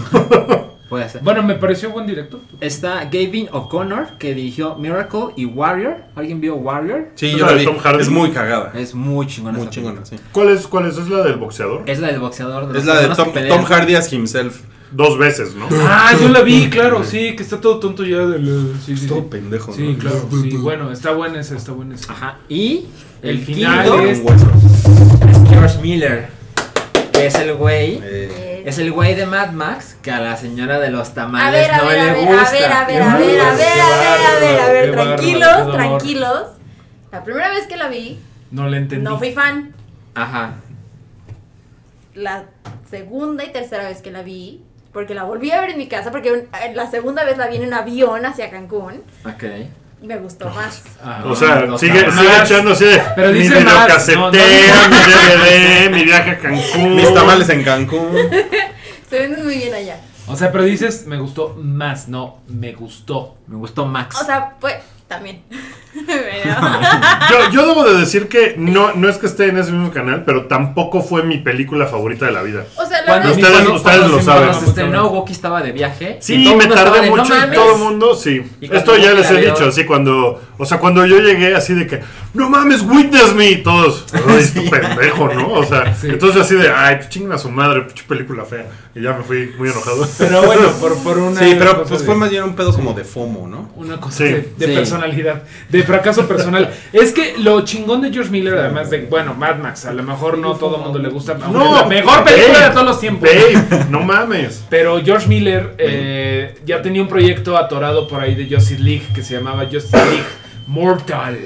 S7: Puede ser.
S6: Bueno, me pareció buen director.
S7: Está Gavin O'Connor, que dirigió Miracle y Warrior. ¿Alguien vio Warrior?
S3: Sí,
S2: Es la
S3: yo la
S2: de
S3: vi.
S2: Tom Hardy.
S3: Es muy cagada.
S7: Es muy chingona.
S3: Muy
S7: esa
S3: chingona,
S7: película.
S3: sí.
S2: ¿Cuál es, cuál es? ¿Es la del boxeador?
S7: Es la del boxeador. los
S3: Es la de
S7: hermanos que
S3: Tom,
S7: pelean.
S3: Tom Hardy as himself.
S2: Dos veces, ¿no?
S6: Ah, yo la vi, claro, sí, que está todo tonto ya del. Sí, sí,
S3: Todo
S6: sí.
S3: pendejo.
S6: Sí,
S3: ¿no? [LAUGHS]
S6: claro, sí. Bueno, está buena esa, está buena esa.
S7: Ajá. Y el,
S6: El
S3: Ah,
S6: final
S7: final
S6: es-
S7: es George Miller, que es el güey.
S3: Eh,
S7: Es el güey de Mad Max que a la señora de los
S5: A
S7: tamales
S5: ver, a
S7: no
S5: ver, a
S7: le
S5: ver, a
S7: gusta.
S5: ver, a ver, a ver, a ver, a ver, a ver, a ver, tranquilos, tranquilos. La primera vez que la vi,
S6: No la entendí.
S5: no fui fan.
S7: Ajá.
S5: La segunda y tercera vez que la vi, porque la volví a ver en mi casa, porque un- eh, la segunda vez la vi en un avión hacia Cancún,
S7: Ok.
S5: y me gustó más.
S6: Ah.
S2: O sea,
S7: no,
S2: sigue,
S7: no,
S2: sigue
S6: más.
S2: echándose
S6: Pero
S2: mi
S6: dice más,
S2: videocasetera,
S6: no,
S2: mi DVD, mi viaje a Cancún.
S3: Mis tamales en Cancún.
S5: Se venden muy bien allá.
S6: O sea, pero dices, me gustó más, no, me gustó.
S7: Me gustó Max.
S5: O sea, pues, también. [LAUGHS] Pero-
S2: Yo, yo debo de decir que no, no es que esté en ese mismo canal, pero tampoco fue mi película favorita de la vida.
S5: o sea, la
S7: Cuando-
S5: verdad,
S2: Ustedes,
S7: cuando-
S2: ustedes lo
S7: cuando
S2: saben.
S7: se estrenó, Wookiee estaba de viaje. y
S2: Sí,
S7: todo el
S2: me
S7: mundo estaba
S2: tardé
S7: de, "No
S2: mucho y
S7: mames".
S2: todo el mundo, sí.
S7: Y cuando
S2: Esto ya
S7: llega
S2: les
S7: el
S2: he
S7: avión.
S2: dicho, así cuando, o sea, cuando yo llegué así de que, no mames, witness me, y todos,
S7: [LAUGHS]
S2: ay, tu pendejo, ¿no? O sea,
S6: Sí.
S2: entonces así de, ay, chinga a su madre, pinche película fea. Y ya me fui muy
S7: [LAUGHS]
S2: enojado.
S6: Pero bueno, por, por una.
S3: Sí, pero
S6: cosa
S3: pues
S6: de-
S3: fue más bien un pedo como de FOMO, ¿no?
S6: Una cosa
S2: Sí.
S6: de, de
S7: Sí.
S6: personalidad, de fracaso personal. Es que lo chingón de George Miller, además de, bueno, Mad Max, a lo mejor no todo el mundo le gusta. aunque es la mejor película
S2: babe,
S6: de todos los tiempos.
S2: Babe, no mames.
S6: Pero George Miller eh, ya tenía un proyecto atorado por ahí de Justice League que se llamaba Justice League Mortal,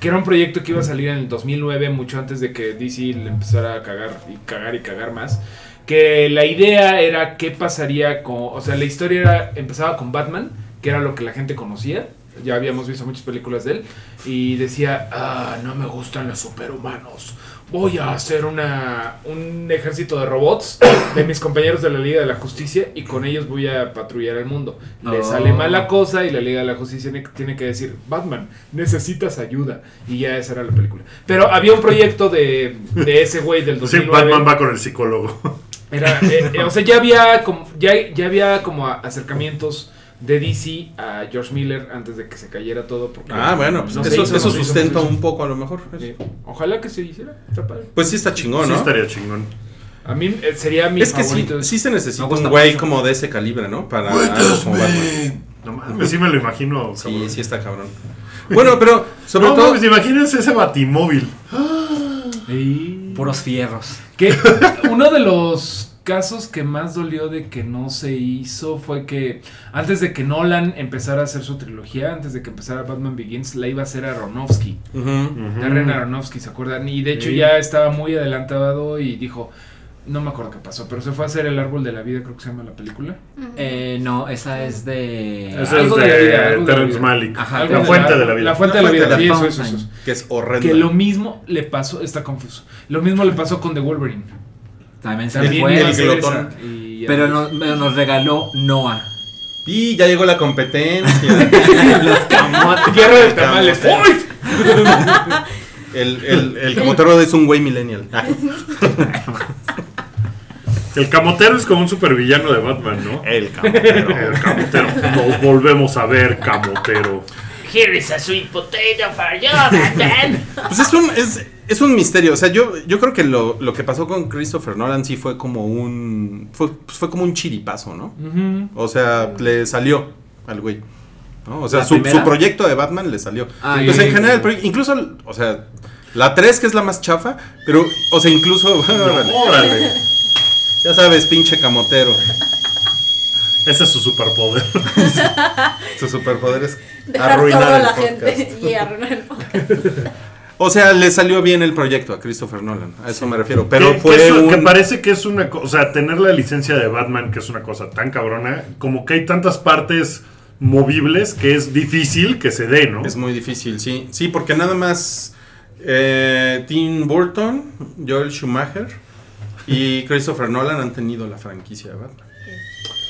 S6: que era un proyecto que iba a salir en el 2009, mucho antes de que DC le empezara a cagar y cagar y cagar más. Que la idea era qué pasaría con. O sea, la historia era, empezaba con Batman, que era lo que la gente conocía. Ya habíamos visto muchas películas de él. Y decía: Ah, no me gustan los superhumanos voy a hacer una, un ejército de robots de mis compañeros de la Liga de la Justicia y con ellos voy a patrullar el mundo. Le
S7: Oh.
S6: sale mala cosa y la Liga de la Justicia tiene, tiene que decir, Batman, necesitas ayuda. Y ya esa era la película. Pero había un proyecto de, de ese güey del
S2: Sí,
S6: 2009.
S2: Batman va con el psicólogo.
S6: Era, eh, eh, o sea, ya había como, ya, ya había como a- acercamientos de DC a George Miller antes de que se cayera todo. Porque
S3: Ah, bueno, pues
S6: no se
S3: eso,
S6: hizo,
S3: eso
S6: no se hizo,
S3: sustenta
S6: no se
S3: un poco a lo mejor.
S6: hizo. Eh, Ojalá que se hiciera. Está padre.
S3: Pues sí está chingón,
S2: Sí,
S3: ¿no?
S2: estaría chingón.
S6: A mí eh, sería mi
S3: es que sí,
S6: favorito.
S3: sí se necesita
S7: Me gusta
S3: un güey
S7: mucho.
S3: como de ese calibre, ¿no? Para algo como Batman.
S2: No mames, sí me lo imagino.
S3: Sí,
S2: cabrón.
S3: sí está cabrón. Bueno, pero sobre
S2: no,
S3: todo.
S2: mames, imagínense ese batimóvil.
S6: Y-
S7: Puros fierros.
S6: Que [LAUGHS] uno de los casos que más dolió de que no se hizo fue que antes de que Nolan empezara a hacer su trilogía, antes de que empezara Batman Begins, la iba a hacer Aronofsky.
S3: Ujú.
S6: Darren Aronofsky, ¿se acuerdan? Y de hecho
S2: Sí.
S6: ya estaba muy adelantado y dijo, no me acuerdo qué pasó, pero se fue a hacer El Árbol de la Vida, creo que se llama la película.
S7: Eh, no, esa es de.
S2: Ese es
S6: Algo de la vida,
S2: de
S6: algo de la
S2: Terrence
S6: vida.
S2: Malick.
S7: Ajá,
S6: Algo
S2: Ah, la
S7: de
S2: fuente de la vida.
S6: La fuente de la vida, sí, eso, eso, eso.
S3: Que es horrendo.
S6: Que lo mismo le pasó, está confuso, lo mismo le pasó con The Wolverine.
S7: También se
S6: También
S7: fue.
S6: iba a
S3: el
S6: hacer
S3: glotón.
S6: esa y-
S7: Pero nos, pero nos regaló Noah.
S3: Y ya llegó la competencia.
S7: [LAUGHS] Los camotes.
S6: Guerra de tamales.
S3: Camote.
S6: ¡Uy!
S3: el, el, el camotero es un güey millennial. Ah,
S2: El camotero es como un supervillano de Batman, ¿no?
S6: Eh.
S3: el camotero.
S2: El camotero. Nos volvemos a ver, camotero.
S8: Here is a sweet potato for you, my man.
S3: Pues es un. Es, es un misterio. O sea, yo, yo creo que lo, lo que pasó con Christopher Nolan sí fue como un. Fue, pues fue como un chiripazo, ¿no?
S6: Ujú.
S3: O sea, le salió al güey. ¿no? O sea,
S7: ¿La
S3: su,
S7: primera?
S3: su proyecto de Batman le salió.
S7: Ah,
S3: Entonces,
S6: sí.
S3: en general, el proye- incluso, o sea, la 3 que es la más chafa, pero, o sea, incluso. [LAUGHS]
S2: Órale.
S3: ya sabes, pinche camotero.
S2: Ese es su superpoder.
S3: Su superpoder es
S5: [LAUGHS] Dejar
S3: arruinar
S5: solo a
S3: el
S5: la
S3: podcast.
S5: gente [LAUGHS] y arruinar el podcast.
S3: O sea, le salió bien el proyecto a Christopher Nolan. A eso me refiero. Pero
S2: que,
S3: fue
S2: que, eso-
S3: un.
S2: que parece que es una cosa, o sea, tener la licencia de Batman, que es una cosa tan cabrona, como que hay tantas partes movibles que es difícil que se dé, ¿no?
S3: Es muy difícil, sí. Sí, porque nada más eh, Tim Burton, Joel Schumacher y Christopher Nolan han tenido la franquicia de Batman.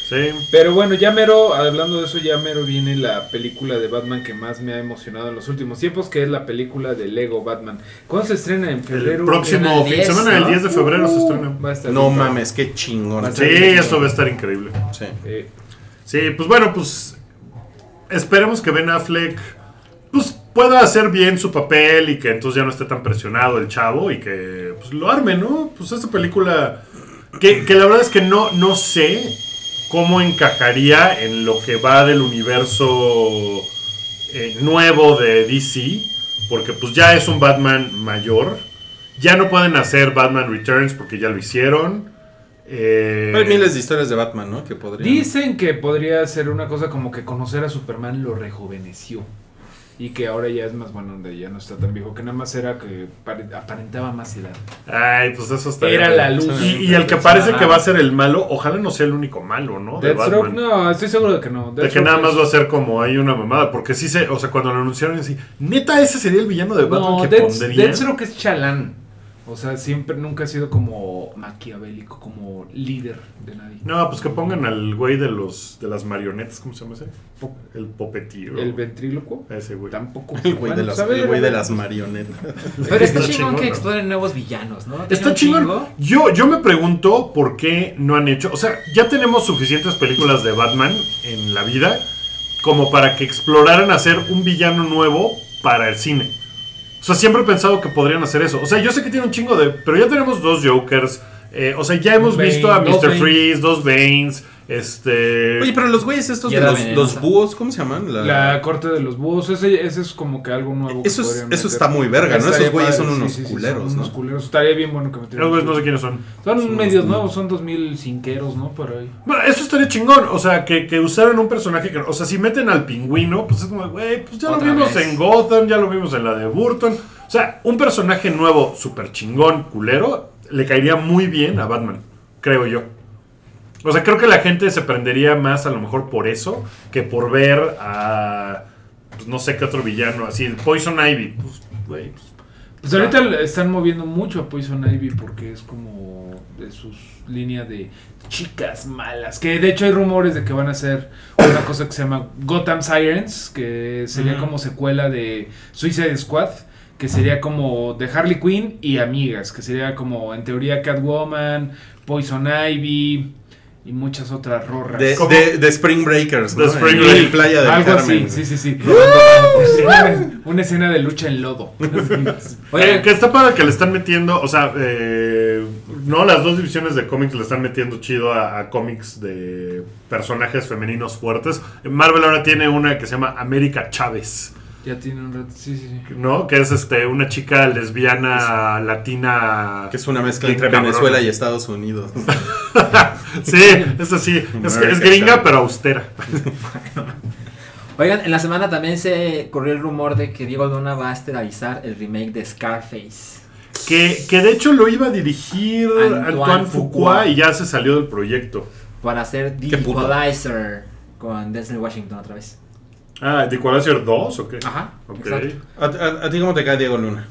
S2: Sí.
S6: Pero bueno, ya mero, hablando de eso, ya mero viene la película de Batman que más me ha emocionado en los últimos tiempos, que es la película de Lego Batman. ¿Cuándo se estrena? En febrero. Uh-huh. Uh,
S2: El
S7: estrena
S2: próximo
S7: el
S2: fin de
S7: 10,
S2: semana, el
S7: ¿no?
S2: 10 de febrero se estrena.
S6: Va a estar
S3: No
S6: bien padre.
S3: mames, qué chingón.
S2: Sí, eso va a estar increíble.
S3: Sí.
S6: Eh,
S2: Sí, pues bueno, pues esperemos que Ben Affleck pues, pueda hacer bien su papel y que entonces ya no esté tan presionado el chavo y que pues, lo arme, ¿no? Pues esta película que, que la verdad es que no, no sé cómo encajaría en lo que va del universo eh, nuevo de DC, porque pues ya es un Batman mayor. Ya no pueden hacer Batman Returns porque ya lo hicieron. Eh,
S3: Hay miles de historias de Batman, ¿no? Que podrían.
S6: Dicen que podría ser una cosa como que conocer a Superman lo rejuveneció. Y que ahora ya es más bueno, ya no está tan viejo, que nada más era que pare- aparentaba más edad.
S2: Ay, pues eso está.
S6: Era
S2: bien.
S6: la luz.
S2: Y, y el que parece que va a ser el malo, ojalá no sea el único malo, ¿no? De
S6: Deathstroke,
S2: Batman.
S6: no, estoy seguro de que no.
S2: De que
S6: Deathstroke
S2: nada más
S6: es-
S2: va a ser como hay una mamada. Porque sí se. O sea, cuando lo anunciaron, así. Neta, ese sería el villano de Batman
S6: No,
S2: que
S6: Death-
S2: pondría.
S6: Deathstroke es chalán. O sea, siempre, nunca ha sido como maquiavélico, como líder de nadie.
S2: No, pues que pongan al güey de los de las marionetas, ¿cómo se llama ese? Po- El popetiro.
S6: El ventríloco
S2: ese güey.
S6: tampoco.
S3: El güey de
S6: Bueno,
S3: las,
S6: pues, a ver,
S3: el güey
S6: a
S3: de
S6: ver.
S3: las marionetas.
S7: Pero está
S2: Está
S7: chingón que
S2: chingón, ¿no?
S7: exploren nuevos villanos, ¿no? Tiene
S2: Está
S7: un
S2: chingón. Eh,
S7: chingo.
S2: Yo, yo me pregunto por qué no han hecho. O sea, ya tenemos suficientes películas de Batman en la vida como para que exploraran hacer un villano nuevo para el cine. O sea, siempre he pensado que podrían hacer eso. O sea, yo sé que tiene un chingo de. Pero ya tenemos dos Jokers. eh, o sea, ya hemos
S6: Bane,
S2: visto a
S6: dos
S2: Mr.
S6: Bane.
S2: Freeze, dos Banes. Este.
S3: Oye, pero los güeyes estos
S7: Y
S3: de
S7: era
S3: los,
S7: venenosa.
S3: los búhos, ¿cómo se llaman? La-
S6: La corte de los búhos, ese, ese es como que algo nuevo. que
S3: Eso es-
S6: podrían
S3: eso
S6: meter.
S3: está muy verga, ¿no? Esos
S6: Estaría
S3: güeyes son
S6: padre,
S3: unos culeros,
S6: son
S3: ¿no?
S6: Unos culeros. Estaría bien bueno que metieran.
S2: Los güeyes no sé quiénes son.
S6: Son
S3: Son
S6: medios
S3: unos-
S6: nuevos, son 2000 cinqueros, ¿no? Por ahí.
S2: Bueno, eso estaría chingón. O sea, que, que usaran un personaje que. O sea, si meten al pingüino, pues es como, güey, pues ya
S7: Otra
S2: lo vimos
S7: vez.
S2: en Gotham, ya lo vimos en la de Burton. O sea, un personaje nuevo, súper chingón, culero, le caería muy bien a Batman, creo yo. O sea, creo que la gente se prendería más a lo mejor por eso que por ver a. pues, no sé qué otro villano, así, el Poison Ivy. Pues, güey, pues,
S6: Pues ahorita le están moviendo mucho a Poison Ivy porque es como de sus líneas de chicas malas. Que de hecho hay rumores de que van a hacer una cosa que se llama Gotham Sirens, que sería como secuela de Suicide Squad, que sería como de Harley Quinn y amigas, que sería como en teoría Catwoman, Poison Ivy y muchas otras rorras.
S3: de,
S2: ¿Cómo?
S3: de- de Spring Breakers.
S2: De
S3: ¿no?
S2: Spring
S3: En
S2: Breakers.
S3: Playa del
S6: Algo
S3: Carmen.
S6: así, sí, sí, sí. Una- Una escena de lucha en lodo. [LAUGHS]
S2: Eh, que está para que le están metiendo, o sea, eh, no, las dos divisiones de cómics le están metiendo chido a, a cómics de personajes femeninos fuertes. Marvel ahora tiene una que se llama América Chávez,
S6: Ya tiene un rato. Sí, sí, sí.
S2: ¿no? Que es este una chica lesbiana latina.
S3: Que es una mezcla
S2: Bien
S3: entre
S2: cabrona.
S3: Venezuela y Estados Unidos.
S2: Sí, es así, es, es
S3: America
S2: gringa
S3: Chávez.
S2: pero austera.
S7: Oigan, en la semana también se corrió el rumor de que Diego Luna va a estelarizar el remake de Scarface.
S2: Que, que de hecho lo iba a dirigir
S7: Antoine
S2: Antoine,
S7: Fuqua.
S2: Fuqua y ya se salió del proyecto.
S7: Para hacer The
S3: Qué puto.
S7: Equalizer con Denzel Washington otra vez.
S2: Ah, ¿de Equalizer 2 o qué?
S7: Ajá,
S2: Ok.
S7: exacto.
S3: [LAUGHS] ¿A, a- a ti cómo te cae Diego Luna?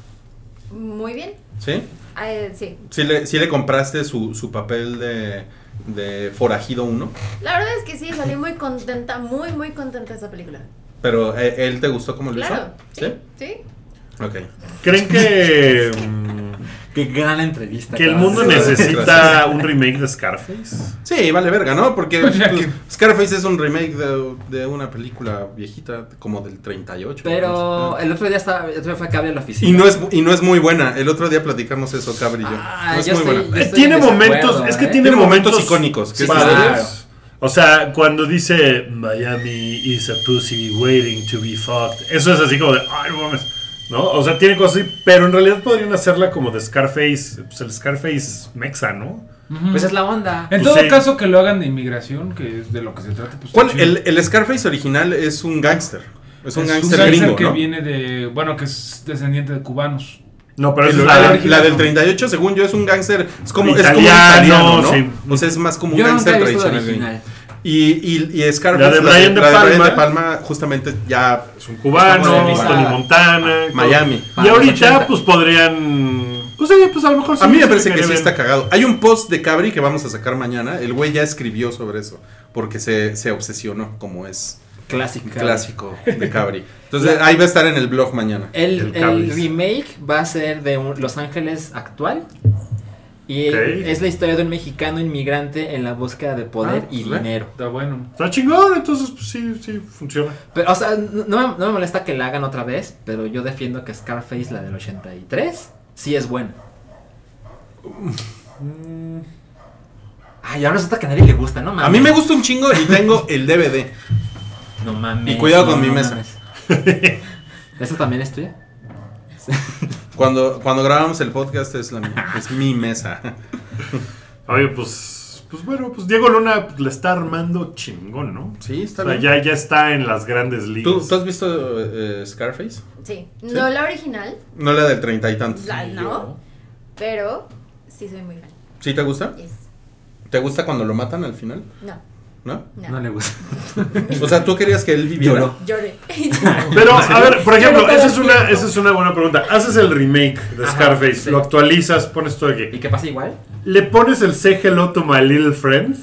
S5: Muy bien.
S3: ¿Sí?
S5: Ah, eh, sí.
S3: ¿Sí le, sí le compraste su, su papel de, de Forajido 1?
S5: La verdad es que sí, salí muy contenta, muy, muy contenta de esa película.
S3: Pero eh, él te gustó como lo hizo.
S5: Claro. Sí. Sí.
S3: Ok.
S2: ¿Creen que... mm,
S7: Qué gran entrevista.
S2: Que el
S7: cabrón.
S2: mundo necesita un remake de
S7: [LAUGHS]
S2: Scarface. Eh,
S3: Sí, vale verga, ¿no? Porque
S6: [LAUGHS] O sea
S3: pues,
S6: que-
S3: Scarface es un remake de, de una película viejita, como del 38.
S7: Pero
S3: ¿no? Ah.
S7: el otro día estaba, el otro día fue a Cabri a la oficina.
S3: Y no, es, y no es muy buena. El otro día platicamos eso, Cabri y yo.
S7: Ah,
S3: no es
S7: yo
S3: muy
S7: estoy-
S3: buena.
S7: yo
S2: Eh,
S7: estoy
S2: tiene
S7: en desacuerdo,
S2: momentos, es que
S7: ¿eh?
S2: tiene,
S3: Tiene momentos
S2: momentos
S3: icónicos, que este.
S7: sí,
S2: padres.
S7: claro.
S2: O sea, cuando dice Miami is a pussy waiting to be fucked, eso es así como de, ay, no mames", ¿no? O sea, tiene cosas así, pero en realidad podrían hacerla como de Scarface, pues el Scarface mexa, ¿no?
S7: Pues es la onda.
S2: Pues
S6: En todo
S2: sí.
S6: caso, que lo hagan de inmigración, que es de lo que se trata. Pues,
S3: ¿Cuál?
S6: está chido.
S3: El, el Scarface original es un gángster. Es un
S6: Es
S3: gángster gringo,
S6: que
S3: ¿no?
S6: viene de. Bueno, que es descendiente de cubanos.
S2: No, pero
S3: El-
S2: esa es
S3: la,
S2: la,
S6: de-
S3: del- la del 38, según yo, es un gángster. Es como, es como
S2: Italiano,
S3: italiano, ¿no?
S2: sí.
S3: O sea, es más como un
S7: Yo nunca
S3: gángster
S7: he visto el
S3: tradicional. gringo.
S7: original.
S3: Y, y, y Scarface,
S2: La de Brian De
S3: la
S2: Palma.
S3: Palma, justamente ya
S2: es un cubano,
S7: Estamos en
S2: Tony
S7: lista.
S2: Montana,
S3: Ah, Miami.
S2: Y
S7: Para los
S2: ahorita,
S7: 80.
S2: pues podrían. Pues sí, pues a lo mejor sí,
S3: A mí me
S2: sí
S3: parece que
S2: quería
S3: sí
S2: ver.
S3: está cagado. Hay un post de Cabri que vamos a sacar mañana. El güey ya escribió sobre eso. Porque se, se obsesionó, como es
S7: Clásico.
S3: clásico de Cabri. Entonces ahí va a estar en el blog mañana.
S7: El,
S2: El
S7: el
S2: Cabris.
S7: remake va a ser de un- Los Ángeles actual. Y
S2: Ok.
S7: es la historia de un mexicano inmigrante en la búsqueda de poder
S3: Ah,
S7: y
S3: pues ve.
S7: dinero.
S6: Está bueno.
S2: Está chingón, entonces, pues sí, sí, funciona.
S7: Pero, o sea, no, no me, no me molesta que la hagan otra vez, pero yo defiendo que Scarface, la del 83, sí es buena. Ay, ahora resulta que a nadie le gusta, ¿no mames?
S3: Mm. A mí me gusta un chingo y tengo el DVD.
S7: No mames.
S3: Y cuidado con
S7: no
S3: mi mesa.
S7: mames. ¿Esa también es tuya?
S3: Cuando, cuando grabamos el podcast es, la, [LAUGHS] mía, es mi mesa.
S2: Oye, pues, pues bueno, pues Diego Luna pues, le está armando chingón, ¿no?
S3: Sí, está
S2: O sea,
S3: bien.
S2: ya, ya está en las grandes ligas.
S3: ¿Tú, tú has visto eh, Scarface?
S5: Sí. No la original,
S3: No la del treinta y tantos.
S5: la no, pero sí soy muy fan.
S3: ¿Sí te gusta?
S5: Yes.
S3: ¿Te gusta cuando lo matan al final?
S5: No,
S3: ¿No?
S5: no.
S7: le gusta.
S3: O sea, ¿tú querías
S2: [LAUGHS]
S3: que él viviera?
S7: Lloró.
S5: Lloré. [LAUGHS]
S2: Pero, a ver, por ejemplo,
S5: Pero todo
S2: esa es,
S5: es
S2: una,
S5: cierto.
S2: esa es una buena pregunta. Haces el remake de
S7: Ajá,
S2: Scarface,
S7: sí.
S2: lo actualizas, pones todo aquí.
S7: ¿Y qué pasa igual?
S2: ¿Le pones el Say Hello to My Little Friend?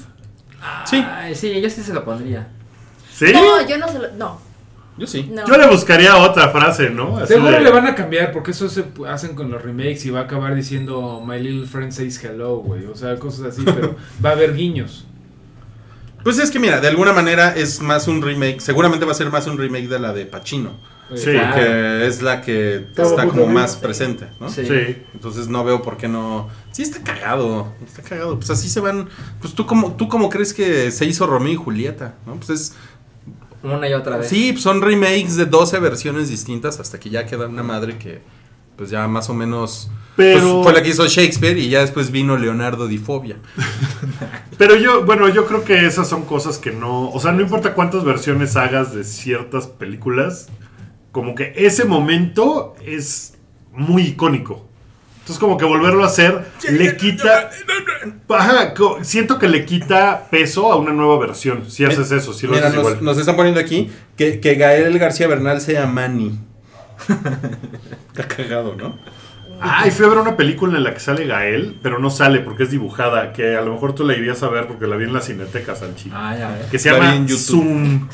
S3: Sí,
S7: Ay, sí, yo sí se lo pondría.
S2: ¿Sí?
S5: No, yo no se lo. No,
S3: yo sí.
S5: no.
S2: Yo le buscaría otra frase, ¿no? Así
S6: Seguro
S2: de-
S6: le van a cambiar, porque eso se pu- hacen con los remakes y va a acabar diciendo My Little Friend Says Hello, güey. O sea, cosas así, pero va a haber guiños.
S3: Pues es que mira, de alguna manera es más un remake, seguramente va a ser más un remake de la de Pacino,
S2: Sí,
S6: Eh,
S7: Claro.
S3: que es la que está como más presente, ¿no?
S7: Sí.
S2: Sí.
S3: Entonces no veo por qué no. Sí está cagado, está cagado. Pues así se van. Pues tú como tú cómo crees que se hizo Romeo y Julieta, ¿no? Pues es
S7: Una y otra vez.
S3: sí, pues son remakes de 12 versiones distintas hasta que ya queda una madre que pues ya más o menos pues,
S2: Pero-
S3: fue la que hizo Shakespeare y ya después vino Leonardo Di Fobia.
S2: Pero yo, bueno, yo creo que esas son cosas que no. O sea, no importa cuántas versiones hagas de ciertas películas, como que ese momento es muy icónico. Entonces, como que volverlo a hacer le quita. Ajá, co- siento que le quita peso a una nueva versión. Si haces eso, si lo
S3: Mira,
S2: haces
S3: nos,
S2: igual.
S3: nos están poniendo aquí que, que Gael García Bernal sea Manny. Está cagado, ¿no?
S2: Ay, fui a ver una película en la que sale Gael, pero no sale porque es dibujada. Que a lo mejor tú la irías a ver porque la vi en la cineteca, Sanchi.
S7: Ah, ya ves.
S2: Que se
S3: La vi
S2: llama
S3: en YouTube.
S2: Zoom.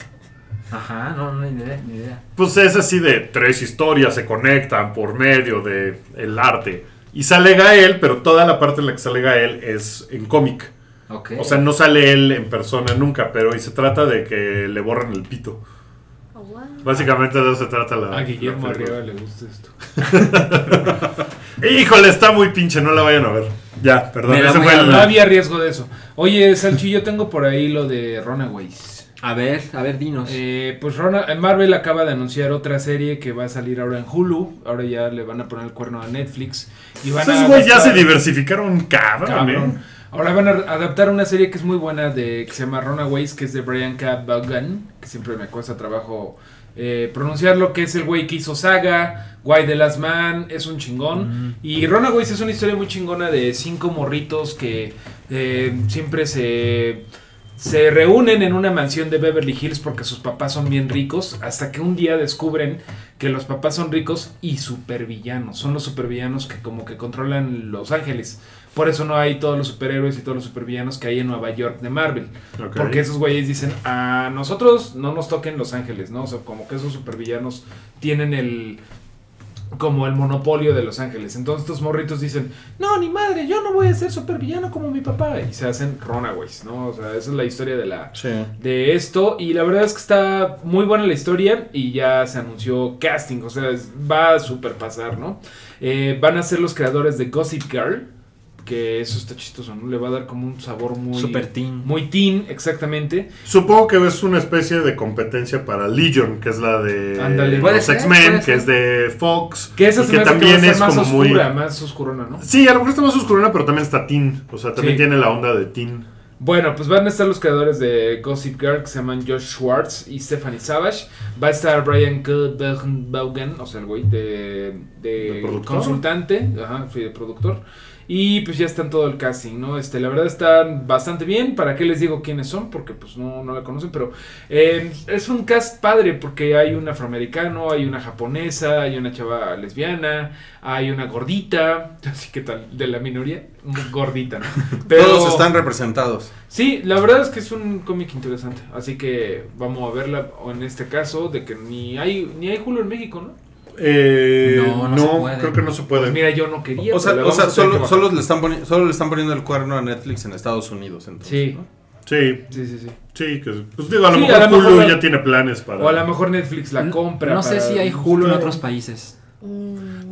S7: Ajá, no, no, ni idea, ni idea.
S2: Pues es así de tres historias se conectan por medio de el arte. Y sale Gael, pero toda la parte en la que sale Gael es en cómic.
S7: Ok.
S2: O sea, no sale él en persona nunca, pero y se trata de que le borran el pito.
S5: Oh, wow.
S2: Básicamente de eso se trata la.
S6: A Ah, Guillermo
S2: la película.
S6: Arriba le gusta esto.
S2: Híjole, está muy pinche, no la vayan a ver. Ya, perdón,
S7: Me la
S2: ese
S7: voy
S2: fue
S7: a
S2: el-
S6: No había riesgo de eso. Oye, Salchi, yo tengo por ahí lo de Runaways.
S7: a ver, a ver, dinos.
S6: Eh, pues Rona- Marvel acaba de anunciar otra serie que va a salir ahora en Hulu. Ahora ya le van a poner el cuerno a Netflix. Y van
S2: Esos
S6: a
S2: güeyes ya se
S6: adaptar-
S2: diversificaron, cabrón.
S6: Cabrón.
S2: ¿eh?
S6: Ahora van a adaptar una serie que es muy buena de que se llama Runaways, que es de Brian K. Vaughan, que siempre me cuesta trabajo eh, pronunciarlo, que es el güey que hizo Saga, Why the Last Man, es un chingón. Y Runaways es una historia muy chingona de cinco morritos que eh, siempre se se reúnen en una mansión de Beverly Hills porque sus papás son bien ricos, hasta que un día descubren que los papás son ricos y supervillanos. Son los supervillanos que como que controlan Los Ángeles. Por eso no hay todos los superhéroes y todos los supervillanos que hay en Nueva York de Marvel.
S2: Ok.
S6: Porque esos güeyes dicen, a nosotros no nos toquen Los Ángeles, ¿no? O sea, como que esos supervillanos tienen el... como el monopolio de Los Ángeles. Entonces estos morritos dicen, no, ni madre, yo no voy a ser supervillano como mi papá. Y se hacen runaways, ¿no? O sea, esa es la historia de la,
S3: Sí.
S6: de esto y la verdad es que está muy buena la historia y ya se anunció casting, o sea, es- va a superpasar, ¿no? Eh, van a ser los creadores de Gossip Girl, que eso está chistoso, ¿no? Le va a dar como un sabor muy...
S7: Super teen.
S6: Muy teen, exactamente.
S2: Supongo que es una especie de competencia para Legion, que es la de
S6: Ándale.
S7: Puede
S2: los
S7: ser,
S2: X-Men,
S7: puede
S2: que
S7: ser.
S2: es de Fox.
S6: Que esa
S2: y
S6: se me hace que va a ser más oscura, más oscurona, ¿no?
S2: Sí, a lo mejor está más oscurona, pero también está teen. O sea, también
S6: Sí.
S2: tiene la onda de teen.
S6: Bueno, pues van a estar los creadores de Gossip Girl que se llaman Josh Schwartz y Stephanie Savage. Va a estar Brian Kelbergen, o sea, el güey de,
S2: ¿De
S6: de
S2: productor?
S6: consultante, ajá, sí, de productor. Y pues ya están todo el casting, ¿no? Este, la verdad están bastante bien. ¿Para qué les digo quiénes son? Porque pues no, no la conocen, pero eh, es un cast padre porque hay un afroamericano, hay una japonesa, hay una chava lesbiana, hay una gordita, [LAUGHS] así que tal, de la minoría, gordita, ¿no?
S3: Todos están representados.
S6: Sí, la verdad es que es un cómic interesante. Así que vamos a verla o en este caso de que ni hay ni hay Hulu en México, ¿no?
S2: Eh, no,
S7: No, no se puede.
S2: creo que no se puede.
S6: Pues Mira, yo no quería.
S3: O
S6: pero
S3: sea,
S6: la
S3: o sea,
S6: vamos a tener que
S3: solo,
S6: bajar.
S3: solo le están poni- solo le están poniendo el cuerno a Netflix en Estados Unidos. Entonces,
S6: Sí,
S3: ¿no?
S2: Sí,
S6: sí, sí, sí.
S2: sí. Que, pues digo, a lo
S6: Sí,
S2: mejor
S6: a lo
S2: Hulu
S6: mejor-
S2: ya tiene planes para.
S6: O a lo mejor Netflix la compra.
S7: No sé
S6: para-
S7: si hay Hulu en otros países.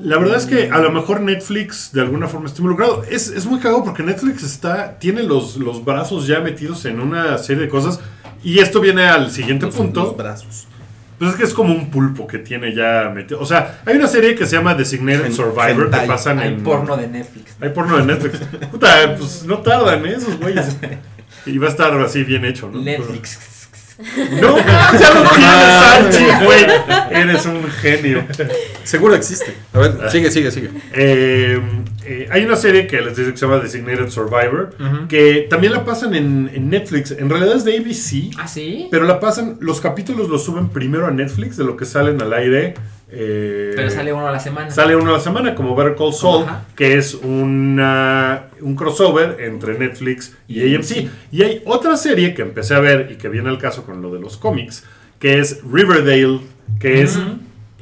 S2: La verdad es que a lo mejor Netflix de alguna forma está involucrado. Es, es muy cagado porque Netflix está, tiene los, los brazos ya metidos en una serie de cosas. Y esto viene al siguiente
S3: Los-
S2: punto.
S3: los brazos.
S2: Pues es que es como un pulpo que tiene ya metido. O sea, hay una serie que se llama Designated
S3: Gen-
S2: Survivor que
S3: hentai.
S2: pasan
S4: Hay
S2: en.
S4: porno de Netflix.
S2: Hay porno de Netflix. Puta, pues no tardan ¿eh? esos güeyes. Y va a estar así bien hecho, ¿no?
S4: Netflix.
S2: [LAUGHS] No, ya lo tienes, Archie, güey. Eres un genio.
S3: Seguro existe. A ver, sigue, sigue, sigue.
S2: Eh, eh, hay una serie que les digo que se llama Designated Survivor, que también la pasan en, en Netflix. En realidad es de ABC,
S7: ¿Ah, sí?
S2: pero la pasan, los capítulos los suben primero a Netflix de lo que salen al aire. eh,
S7: Pero sale uno a la semana.
S2: Sale uno a la semana, como Better Call Saul,
S7: Ajá.
S2: que es una, un crossover entre Netflix y
S7: Y
S2: AMC. Y hay otra serie que empecé a ver y que viene al caso con lo de los cómics, que es Riverdale, que es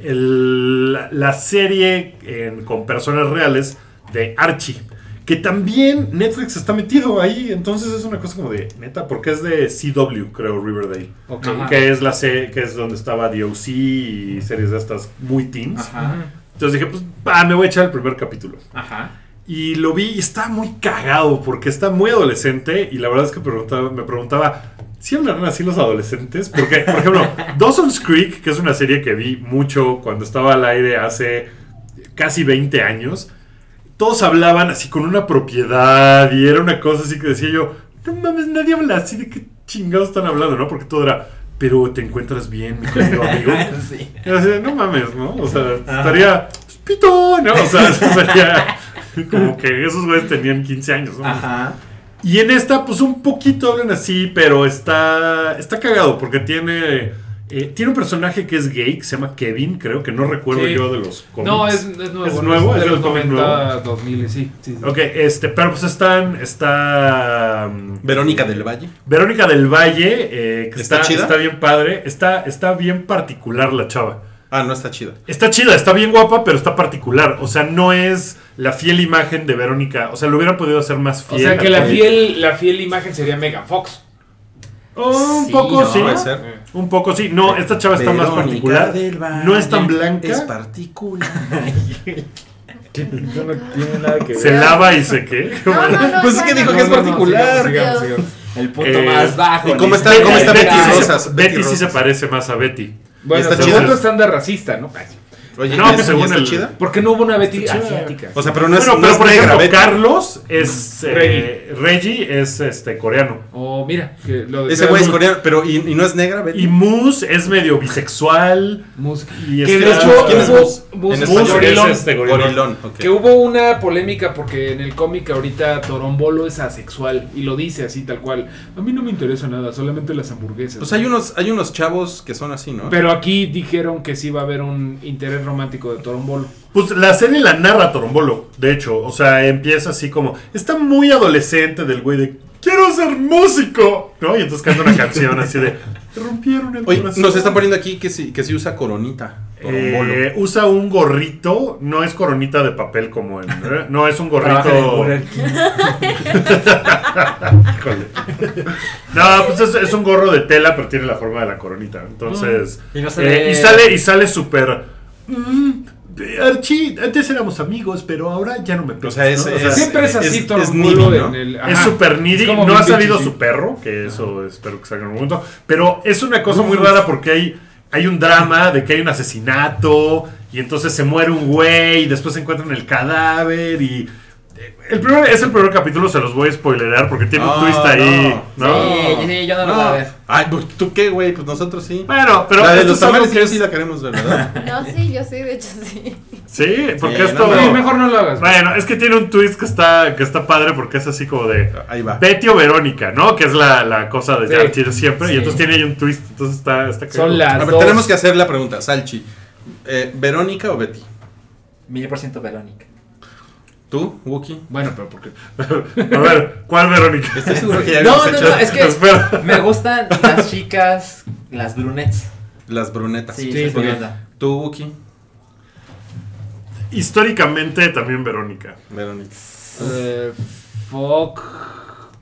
S2: el- la, la serie en- con personas reales de Archie. Que también Netflix está metido ahí, entonces es una cosa como de neta, porque es de CW, creo, Riverdale.
S6: Ok.
S7: Ajá.
S2: Que es la se- que es donde estaba DOC y series de estas muy teens.
S4: Ajá.
S2: Entonces dije, pues, pa, me voy a echar el primer capítulo.
S4: Ajá.
S2: Y lo vi y está muy cagado porque está muy adolescente y la verdad es que preguntaba- me preguntaba, ¿sí hablarán así los adolescentes? Porque, por ejemplo, Dawson's Creek, que es una serie que vi mucho cuando estaba al aire hace casi 20 años, todos hablaban así con una propiedad y era una cosa así que decía yo, no mames, nadie habla así, ¿de qué chingados están hablando, no? Porque todo era, pero te encuentras bien, mi querido
S7: [LAUGHS]
S2: amigo.
S4: Sí.
S2: Y así de, no mames, ¿no? O sea, estaría pito, ¿no? O sea, [LAUGHS] eso sería como que esos güeyes tenían 15 años, ¿no?
S4: Ajá.
S2: Y en esta, pues un poquito hablan así, pero está, está cagado porque tiene, eh, tiene un personaje que es gay, que se llama Kevin, creo que no recuerdo
S6: Sí.
S2: yo de los cómics.
S6: No, es, es nuevo.
S2: ¿Es nuevo?
S6: de
S2: ¿Es
S6: los
S2: un cómic
S6: 90 2000, sí. sí, sí.
S2: Ok, este, pero pues están, está... mm,
S3: Verónica del Valle.
S2: Verónica del Valle, eh, que
S3: ¿Está
S2: está,
S3: chida?
S2: está bien padre, está, está bien particular la chava.
S3: Ah, no está chida.
S2: Está chida, está bien guapa, pero está particular. O sea, no es la fiel imagen de Verónica. O sea, lo hubieran podido hacer más
S6: O
S2: fiel.
S6: sea que la
S2: Eh,
S6: fiel, la fiel imagen sería Megan Fox.
S2: Un
S7: Sí,
S2: poco
S7: ¿no?
S2: sí.
S3: Puede ser.
S2: Un poco sí. No, esta chava está más
S3: Verónica
S2: particular.
S3: del Valle
S2: No es tan blanca.
S3: Es particular.
S6: no tiene nada que
S2: se lava y se qué. [LAUGHS]
S5: No, no, no,
S3: Pues es que
S5: bueno.
S3: dijo que es particular.
S6: sigamos,
S5: Dios.
S6: sigamos.
S7: El punto
S2: Eh,
S7: más bajo.
S3: ¿y cómo
S7: ni
S3: está-
S7: siquiera
S2: [LAUGHS]
S3: cómo está
S7: llega.
S2: Betty, sí se-
S3: Rosas, Betty
S2: Betty sí se
S3: Rosas.
S2: parece más a Betty.
S6: Bueno,
S3: ¿Está
S6: según
S3: chida?
S6: tu estándar racista, ¿no?
S3: Oye,
S2: No,
S3: ¿y es-
S2: pues, según
S3: y está
S2: el-
S3: chida?
S6: Porque no hubo una Betty
S2: Está chida.
S6: asiática.
S3: O sea, pero no es,
S2: bueno,
S3: no
S2: pero
S3: es
S2: por
S3: negra,
S2: ejemplo,
S3: Betty.
S2: Carlos es eh, Reggie es este coreano.
S6: Oh, mira, que lo
S3: Ese
S6: decía
S3: güey es
S6: Ruth.
S3: coreano, pero ¿y, y no es negra, Betty?
S2: Y Moose es medio bisexual.
S6: Mus-
S2: Y
S6: que de
S2: está-
S6: hecho,
S3: ¿Quién es
S6: hubo-
S3: Mus?
S6: Mus-
S3: En
S6: Mus-
S3: español es
S6: Gorilón.
S2: este
S3: Gorilón, ok.
S6: Que hubo una polémica porque en el cómic ahorita Torombolo es asexual y lo dice así tal cual. A mí no me interesa nada, solamente las hamburguesas.
S3: Pues hay unos, hay unos chavos que son así, ¿no?
S6: Pero aquí dijeron que sí va a haber un interés romántico de Torombolo.
S2: Pues la serie la narra Torombolo, de hecho. O sea, empieza así como. Está
S3: [LAUGHS]
S2: muy adolescente del güey de. Quiero ser músico. ¿No? Y entonces canta una canción así de. Rompieron el
S3: Oye,
S2: corazón.
S3: nos están poniendo aquí que si, que si usa coronita. Torombolo.
S2: Eh, usa un gorrito, no es coronita de papel como en. ¿eh? No, es un
S6: Trabaja en el Burger
S2: gorrito.
S6: King.
S2: [LAUGHS] Híjole. No, pues es, es un gorro de tela, pero tiene la forma de la coronita. Entonces.
S7: Y no se
S2: eh,
S7: ve-
S2: y sale, y sale súper. "Mm, Archie, antes éramos amigos, pero ahora ya no me
S3: O sea, es-
S2: ¿no?
S3: es-
S6: Siempre es así,
S3: es
S6: Torombolo,
S3: needy, ¿no?
S6: en el-
S2: Es
S6: ajá.
S2: super needy,
S6: Es como
S2: no ha
S6: vintage,
S2: salido
S6: sí.
S2: su perro, que eso espero que salga en un momento. Pero es una cosa muy rara porque hay, hay un drama de que hay un asesinato y entonces se muere un güey y después se encuentran el cadáver y... eh, El primer, es el primer capítulo, se los voy a spoilerear porque tiene un
S3: Ah,
S2: twist ahí,
S3: no.
S2: ¿no?
S7: Sí, sí, yo no lo voy Ah, a ver.
S3: Ay, pues, ¿tú qué, güey? Pues nosotros sí.
S2: Bueno, pero
S3: la de
S2: esto
S3: los
S2: es algo
S3: tamales
S2: que
S3: que
S2: es-
S3: sí la queremos ver,
S2: [LAUGHS]
S3: ¿verdad?
S5: No, sí, yo sí, de hecho sí.
S2: Sí, porque
S3: Sí,
S2: esto...
S3: no,
S6: Sí, mejor no lo hagas. güey.
S2: Bueno, es que tiene un twist que está, que está padre porque es así como de...
S3: Ahí va.
S2: Betty o Verónica, ¿no? Que es la, la cosa de
S6: Sí.
S2: Archie siempre. Y
S6: Sí.
S2: entonces tiene ahí un twist. Entonces está, está
S6: Son
S2: cagado.
S6: las
S3: A ver,
S6: dos.
S3: tenemos que hacer la pregunta, Salchi. Eh, ¿Verónica o Betty?
S7: Mil por ciento Verónica.
S3: ¿Tú, Wookie?
S6: Bueno, pero porque.
S2: [LAUGHS] A ver, ¿cuál
S6: [LAUGHS]
S2: Verónica?
S3: Estoy [LAUGHS] seguro que ya
S7: No,
S3: habíamos
S7: no,
S3: hecho
S7: no, es que
S2: Espera.
S7: me gustan las chicas, las brunettes.
S3: las brunetas.
S7: Sí,
S6: Sí,
S7: sí,
S6: porque-
S3: ¿Tú, Wookie?
S2: Históricamente también Verónica.
S3: Verónica.
S6: eh, fuck.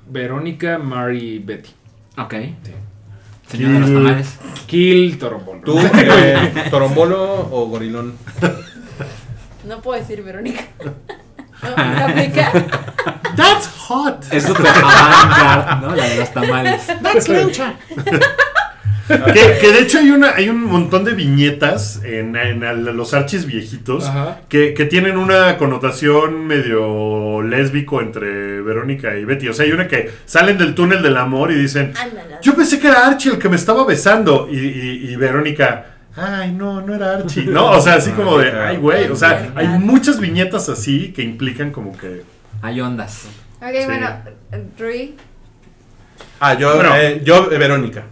S6: Verónica, Mary, Betty.
S7: Ok. Señor de los tamales.
S6: Kill Torombolo. [LAUGHS]
S3: [LAUGHS] ¿Tú, eh, Torombolo o Gorilón?
S5: No puedo decir Verónica. No, ¿Me aplica?
S2: That's hot.
S7: Es súper avant ¿no? La de los tamales.
S6: Ah.
S2: Que, que de hecho hay una, hay un montón de viñetas en, en al- los archis viejitos
S6: Ajá.
S2: que, que tienen una connotación medio lésbico entre Verónica y Betty. O sea, hay una que salen del túnel del amor y dicen
S5: Ándala.
S2: Yo pensé que era Archie el que me estaba besando. Y, y- y Verónica, ay, no, no era Archie. No, o sea, así como de, ay, güey. O sea, hay muchas viñetas así que implican como que.
S7: Hay ondas.
S5: Ok, bueno, eh, Rui.
S3: Ah, yo,
S2: Bueno.
S3: eh, yo eh, Verónica.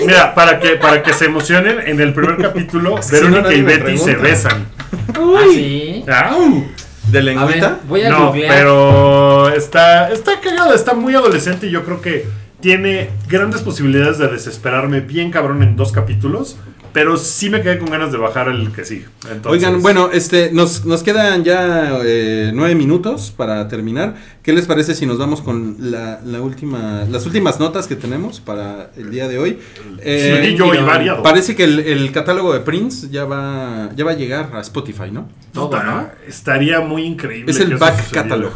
S2: Mira, para que, para que se emocionen, en el primer capítulo,
S3: [LAUGHS] si no,
S2: Verónica
S3: nadie
S2: y
S3: me
S2: Betty se
S3: pregunta.
S2: besan.
S7: ¿Ah, sí?
S2: ¡Au!
S3: ¿De
S7: A ver,
S3: lengüita?
S7: voy a
S2: No,
S7: googlear.
S2: pero está, está cagado, está muy adolescente y yo creo que tiene grandes posibilidades de desesperarme bien cabrón en dos capítulos. Pero sí me quedé con ganas de bajar el que sigue. Entonces-
S3: Oigan, bueno, este, nos, nos quedan ya eh, nueve minutos para terminar. ¿Qué les parece si nos vamos con la, la última, las últimas notas que tenemos para el día de hoy? Eh,
S2: Sí, yo y variado.
S3: Parece que el, el catálogo de Prince ya va, ya va a llegar a Spotify, ¿no?
S7: Todo, ¿no?
S2: Estaría muy increíble.
S3: Es
S2: que
S3: el
S2: eso
S3: back
S2: sucediera.
S3: catalog.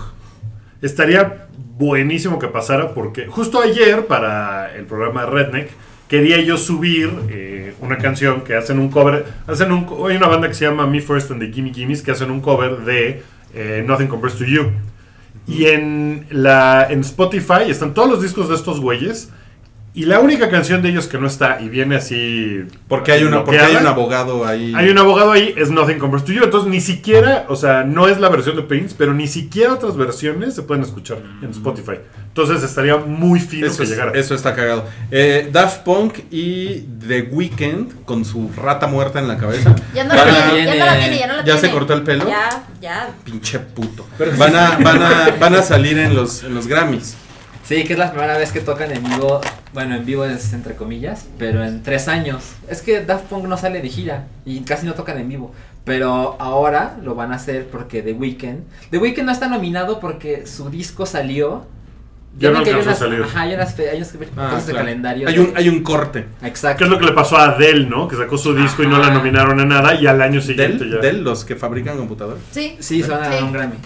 S2: Estaría buenísimo que pasara porque justo ayer para el programa Redneck quería yo subir eh, una canción que hacen un cover. Hacen un, hay una banda que se llama Me First and the Gimme Gimmes que hacen un cover de eh, Nothing Compares to You. Y en, la, en Spotify están todos los discos de estos güeyes. Y la única canción de ellos que no está y viene así.
S3: Porque hay, una, porque hay
S2: bloqueada,
S3: un abogado ahí.
S2: hay un abogado ahí, es Nothing Compares to You. Entonces, ni siquiera, o sea, no es la versión de Prince, pero ni siquiera otras versiones se pueden escuchar en Spotify. Entonces, estaría muy fino
S3: Eso,
S2: que
S3: es-
S2: llegara.
S3: eso está cagado. Eh, Daft Punk y The Weeknd con su rata muerta en
S2: [LAUGHS]
S3: la cabeza.
S5: Ya no la
S3: Van a-
S5: tiene, ya no la tiene, ya no la
S3: ¿Ya
S5: tiene.
S3: se cortó el pelo?
S5: Ya, ya.
S3: Pinche puto. Van a, van a, van a salir en los, en los Grammys.
S7: Sí, que es la primera vez que tocan en vivo. Bueno, en vivo es entre comillas, pero en tres años. Es que Daft Punk no sale de gira y casi no tocan en vivo. Pero ahora lo van a hacer porque The Weeknd. The Weeknd no está nominado porque su disco salió.
S2: Ya no
S7: ven que hay
S2: alcanzó a
S7: unas-
S2: salir. Ah,
S7: Ajá, hay unas fe- hay unas fe- Ah, cosas de
S3: Ah, claro.
S7: calendario.
S3: Hay un, hay un corte.
S2: ¿Qué
S7: Exacto.
S2: es lo que le pasó a Adele, no? Que sacó su disco y no la
S7: Ajá.
S2: nominaron a nada y al año siguiente
S3: Del,
S2: ya.
S3: del los que fabrican computadores.
S5: Sí,
S7: Sí, se van a dar
S5: Sí.
S7: un Grammy.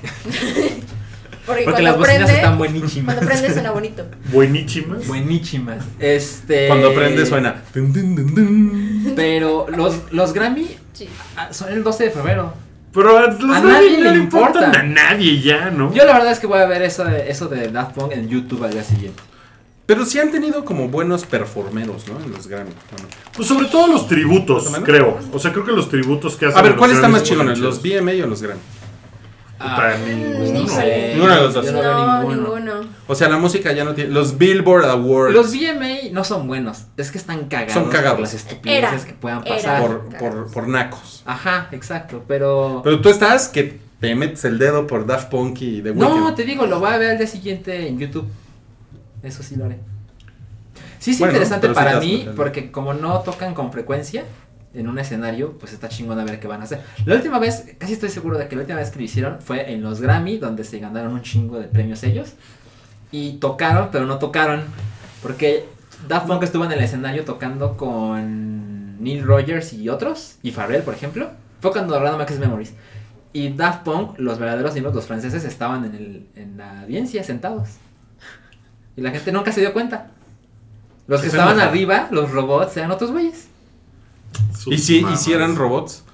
S5: porque,
S7: Porque las
S5: cuando
S7: bocinas
S5: prende,
S7: están buenísimas.
S5: cuando prende suena bonito.
S2: Buenísima.
S7: Buenísimas. Este.
S3: Cuando prende suena. Dun, dun, dun, dun.
S7: Pero los, los Grammy
S5: Sí.
S7: ah, son el 12 de febrero.
S2: Pero a, los
S7: A
S2: nadie
S7: nadie
S2: no
S7: le
S2: le importan
S7: importa.
S2: a nadie ya, ¿no?
S7: Yo la verdad es que voy a ver eso de, eso de Daft Punk en YouTube al día siguiente.
S3: Pero sí han tenido como buenos performeros, ¿no? En los Grammys. Bueno.
S2: Pues sobre todo los tributos,
S3: ¿Más o menos?
S2: creo. O sea, creo que los tributos que hacen.
S3: A ver,
S2: los
S3: ¿cuál está
S2: Grammys
S3: más
S2: son
S3: chingón? ¿Los
S2: chidos.
S3: BMA o los Grammys? Ah,
S2: Puta,
S5: Mm, no
S2: ninguno.
S5: sé.
S3: pues, Ninguno de los dos.
S7: Yo no,
S5: No,
S7: veo ninguno.
S5: ninguno.
S3: O sea, la música ya no tiene. Los Billboard Awards.
S7: Los VMA no son buenos, es que están cagados.
S3: Son cagados.
S7: por las estupideces
S5: Era,
S7: que puedan
S5: era.
S7: pasar.
S3: por, por, por nacos.
S7: Ajá, exacto, pero...
S3: Pero tú estás que te metes el dedo por Daft Punk y The Weeknd.
S7: no, te digo, lo voy a ver al día siguiente en YouTube. Eso sí lo haré. Sí, es
S3: Bueno,
S7: interesante
S3: pero sí
S7: para
S3: las
S7: mí,
S3: tocan.
S7: porque como no tocan con frecuencia en un escenario, pues está chingón a ver qué van a hacer. La última vez, casi estoy seguro de que la última vez que lo hicieron fue en los Grammy, donde se ganaron un chingo de premios ellos. Y tocaron, pero no tocaron, porque Daft Punk estuvo en el escenario tocando con Neil Rogers y otros, y Pharrell, por ejemplo. Fue cuando Random Access Memories. Y Daft Punk, los verdaderos miembros, los franceses, estaban en, el, en la audiencia sentados. Y la gente nunca se dio cuenta. Los que
S3: Se
S7: estaban
S3: enoja.
S7: arriba, los robots, eran otros güeyes.
S3: ¿Y si, ¿Y
S2: Sus
S3: si eran
S2: mamás.
S3: robots?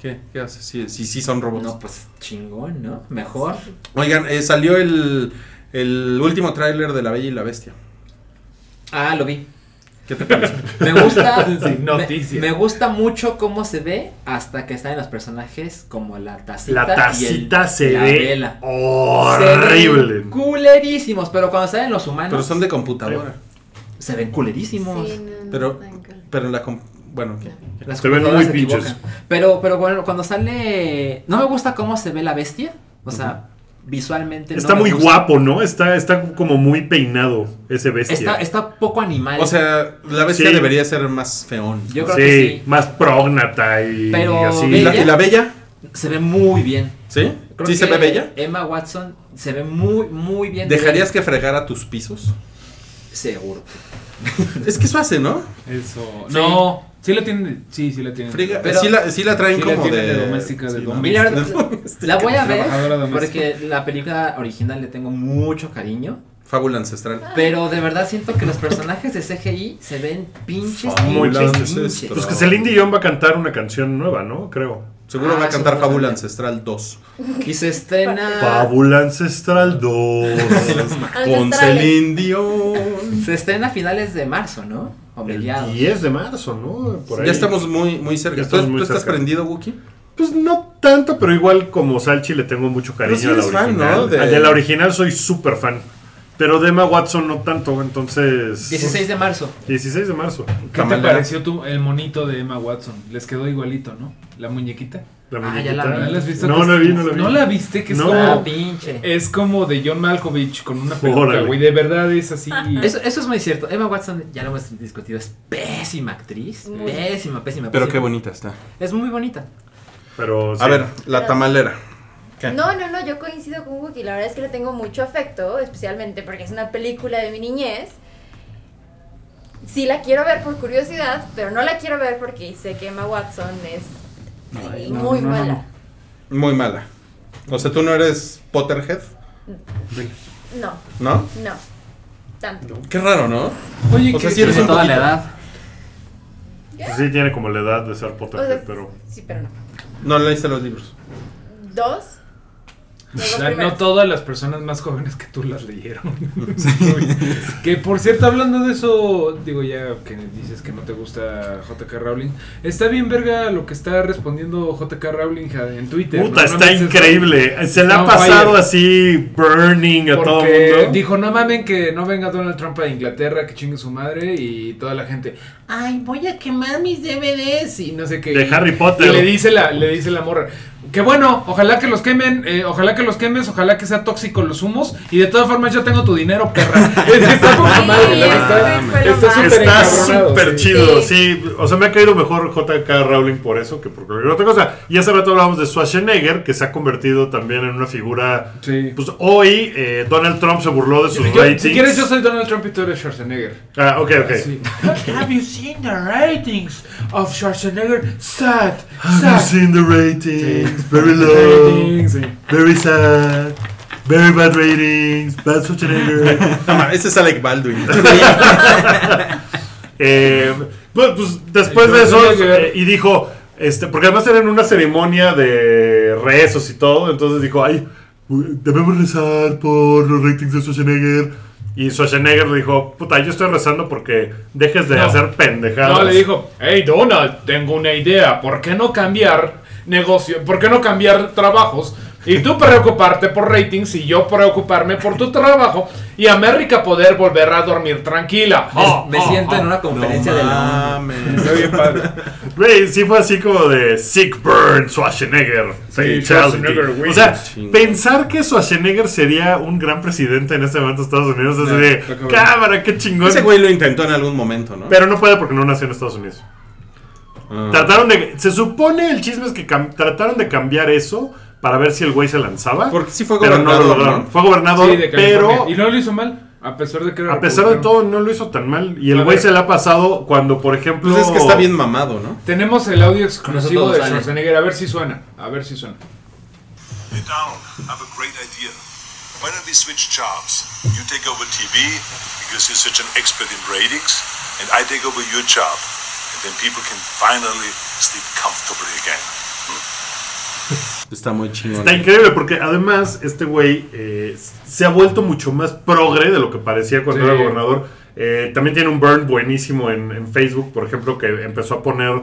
S3: ¿Qué? ¿Qué haces? Si si- si son robots.
S7: No, pues chingón, ¿no? Mejor.
S3: Oigan, eh, salió el, el último tráiler de La Bella y la Bestia.
S7: Ah, lo vi.
S3: ¿Qué te
S7: [LAUGHS]
S3: parece?
S7: Me
S2: [LAUGHS]
S7: gusta.
S6: Sin
S7: me-
S6: noticias.
S7: Me, gusta mucho cómo se ve hasta que están en los personajes como la tacita.
S2: La tacita
S7: y el-
S2: se
S7: la
S2: ve
S7: vela. Se
S2: horrible.
S7: ven culerísimos, pero cuando salen los humanos.
S3: Pero son de computadora.
S7: Se ven culerísimos.
S5: Sí, no,
S3: Pero-
S5: tan cool.
S3: Pero la... com- bueno, ¿qué?
S7: Las
S2: Se ven
S7: computadoras
S2: muy
S7: se
S2: pinches.
S7: equivocan. Pero, pero bueno, cuando sale. No me gusta cómo se ve la bestia. O sea, visualmente. no
S2: Está
S7: me
S2: muy
S7: gusta.
S2: guapo, ¿no? Está, está como muy peinado ese bestia.
S7: Está, está poco animal.
S3: O sea, la bestia
S2: Sí.
S3: debería ser más feón.
S7: yo creo
S2: sí,
S7: que sí.
S2: más prógnata y
S7: Pero
S2: así.
S3: ¿Y la,
S7: ¿Bella?
S3: y la bella?
S7: Se ve muy bien.
S3: ¿Sí?
S7: Creo
S3: ¿Sí se
S7: que
S3: ve bella?
S7: Emma Watson se ve muy, muy bien.
S3: ¿Dejarías que fregara tus pisos?
S7: Seguro.
S3: Es que eso hace, ¿no?
S6: Eso.
S7: Sí.
S6: No. Sí lo tienen. Sí, sí la tienen.
S3: Friga-
S7: Pero-
S3: sí, la, sí la traen
S6: Sí la
S3: como
S6: tienen
S3: de...
S6: de doméstica, de
S3: sí, ¿no?
S6: doméstica.
S3: [LAUGHS]
S7: Mira, la, verdad, la voy a ver
S6: Trabajadora doméstica.
S7: porque la película original le tengo mucho cariño.
S3: Fábula ancestral.
S7: Pero de verdad siento que los personajes de CGI se ven pinches.
S2: Muy
S7: pinches,
S2: pinches.
S7: pinches.
S2: Pues que Celine Dion va a cantar una canción nueva, ¿no? Creo.
S3: Seguro
S7: Ah,
S3: va a cantar
S7: seguro
S3: Fábula
S7: también.
S3: ancestral 2.
S7: Y se estrena.
S2: Fábula Ancestral [LAUGHS] 2.
S3: Con Celine Dion.
S7: Se estrena a finales de marzo, ¿no? O
S2: El
S7: mediados.
S2: 10 de marzo, ¿no? Por ahí.
S3: Ya estamos muy, muy cerca.
S2: Ya
S3: ¿Tú,
S2: estamos
S3: tú
S2: muy
S3: estás
S2: cerca.
S3: prendido, Wookie?
S2: Pues no tanto, pero igual como Salchi le tengo mucho cariño
S3: Pero sí
S2: a la
S3: eres fan,
S2: original. Ah,
S3: ¿no? De-
S2: De... la original soy súper fan. Pero de Emma Watson no tanto, entonces.
S7: 16 de Ah, marzo.
S2: 16 de marzo.
S6: ¿Qué te
S3: Camalera.
S6: pareció tú el monito de Emma Watson? Les quedó igualito, ¿no? La muñequita.
S2: La
S7: Ah, ya la
S2: muñequita.
S7: vi.
S6: ¿No la has visto?
S2: No,
S6: Que
S2: no la
S6: es
S2: vi,
S6: como-
S2: no la vi.
S6: ¿No la viste? Que es
S2: No.
S7: Ah,
S6: como...
S7: pinche.
S6: Es como de John Malkovich con una
S2: Órale.
S6: peluca, güey. De verdad es así.
S7: Eso, eso es muy cierto. Emma Watson, ya lo hemos discutido, es pésima actriz.
S5: Muy.
S7: Pésima, pésima.
S3: Pero
S7: pésima.
S3: qué bonita está.
S7: Es muy bonita.
S2: Pero sí.
S3: A ver, la tamalera.
S5: No, no, no, yo coincido con Wookie. La verdad es que le tengo mucho afecto, especialmente porque es una película de mi niñez. Sí la quiero ver por curiosidad, pero no la quiero ver porque sé que Emma Watson es
S6: Ay,
S5: eh,
S6: no,
S5: muy
S6: no, no,
S5: mala.
S3: Muy mala. O sea, tú no eres Potterhead,
S5: No,
S3: ¿no?
S5: no. Tanto.
S3: Qué raro, ¿no?
S6: Oye,
S3: O sea,
S6: que-
S3: sí eres
S7: Tiene
S3: un
S7: toda la
S3: poquito-
S7: edad.
S2: Pues sí, tiene como la edad de ser
S5: O sea,
S2: Potterhead, pero.
S5: Sí, pero no.
S3: No leíste los libros.
S5: Dos. los dos
S6: O sea, no
S5: primeros.
S6: todas las personas más jóvenes que tú las
S2: [LAUGHS]
S6: leyeron. [LAUGHS] que por cierto, hablando de eso, digo ya que dices que no te gusta JK Rowling, está bien verga lo que está respondiendo JK Rowling a- en Twitter.
S2: Puta,
S6: ¿no? No
S2: está
S6: mames,
S2: increíble. Se la
S6: No,
S2: ha pasado
S6: fire.
S2: así, burning a todo
S6: porque
S2: el mundo.
S6: dijo, no mamen que no venga Donald Trump a Inglaterra, que chingue su madre y toda la gente, ay, voy a quemar mis DVDs y no sé qué.
S2: De Harry Potter.
S6: Y le dice la, le dice la morra. Que bueno, ojalá que los quemen, eh, ojalá que los quemes, ojalá que sea tóxico los humos. Y de todas formas yo tengo tu dinero, [LAUGHS] perra. está poca
S5: Sí,
S6: madre, la
S5: ese
S6: verdad.
S5: tweet fue lo
S6: está
S5: más.
S6: súper
S2: Está
S6: encabronado,
S2: súper
S6: sí.
S2: chido,
S5: Sí.
S2: sí. O sea, me ha caído mejor JK Rowling por eso que por cualquier otra cosa. Y hace rato hablábamos de Schwarzenegger, que se ha convertido también en una figura.
S6: Sí.
S2: Pues hoy eh, Donald Trump se burló de sus
S6: Yo-
S2: ratings.
S6: si quieres, yo soy Donald Trump y tú eres Schwarzenegger.
S2: Ah, ok, ok.
S6: Sí. Have you seen the ratings of Schwarzenegger? Sad,
S2: Have you seen the ratings?
S6: [LAUGHS]
S2: Very low.
S6: Ratings, sí.
S2: Very sad. Very bad ratings. Bad
S6: [LAUGHS]
S2: Schwarzenegger.
S3: No, ma, ese es Alec Baldwin.
S2: Eh, bueno, pues después de eso,
S6: Schwarzenegger.
S2: eh, y dijo, este, porque además eran una ceremonia de rezos y todo, entonces dijo, ay, debemos rezar por los ratings de Schwarzenegger. Y Schwarzenegger le dijo, puta, yo estoy rezando porque dejes de
S6: No.
S2: hacer pendejadas.
S6: No, le dijo, hey Donald, tengo una idea, ¿por qué no cambiar negocio? ¿Por qué no cambiar trabajos? Y tú preocuparte por ratings y yo preocuparme por tu trabajo y América poder volver a dormir tranquila.
S7: Me-
S2: Oh,
S6: Ah,
S7: me
S6: ah,
S7: siento
S6: ah.
S7: en una conferencia de la ONU.
S3: Está
S2: [LAUGHS]
S3: bien padre.
S2: Güey, sí fue así como de Sick Burn, Schwarzenegger,
S6: Sí,
S2: fatality.
S6: Schwarzenegger wins.
S2: O sea,
S3: Chingo.
S2: pensar que Schwarzenegger sería un gran presidente en este momento de Estados Unidos es
S6: No,
S2: de
S6: está cabrón.
S2: cámara, qué chingón.
S3: Ese güey lo intentó en algún momento, ¿no?
S2: Pero no puede porque no nació en Estados Unidos.
S3: Ah.
S2: Trataron de. Se supone el chisme es que cam- trataron de cambiar eso para ver si el güey se lanzaba.
S3: Porque sí fue
S2: pero no lo
S3: gobernador,
S2: lograron.
S3: ¿no?
S2: Fue gobernador,
S6: Sí, de California.
S2: pero.
S6: Y no lo hizo mal, a pesar de que era
S2: A pesar de
S6: republicano.
S2: todo, no lo hizo tan mal. Y
S6: A
S2: el güey
S6: ver.
S2: se le ha pasado cuando, por ejemplo.
S3: Pues es que está bien mamado, ¿no?
S6: Tenemos el audio exclusivo
S7: Nosotros
S6: de
S7: sale.
S6: Schwarzenegger, a ver si suena, a ver si suena.
S8: Hey, Donald, I have a great idea. Why don't we switch jobs? You take over TV because you're such an expert in ratings, and I take over your job, and then people can finally sleep comfortably again.
S3: Está muy chingón.
S2: Está increíble porque además este güey eh, se ha vuelto mucho más progre de lo que parecía cuando
S6: Sí.
S2: era gobernador. Eh, también tiene un burn buenísimo en, en Facebook, por ejemplo, que empezó a poner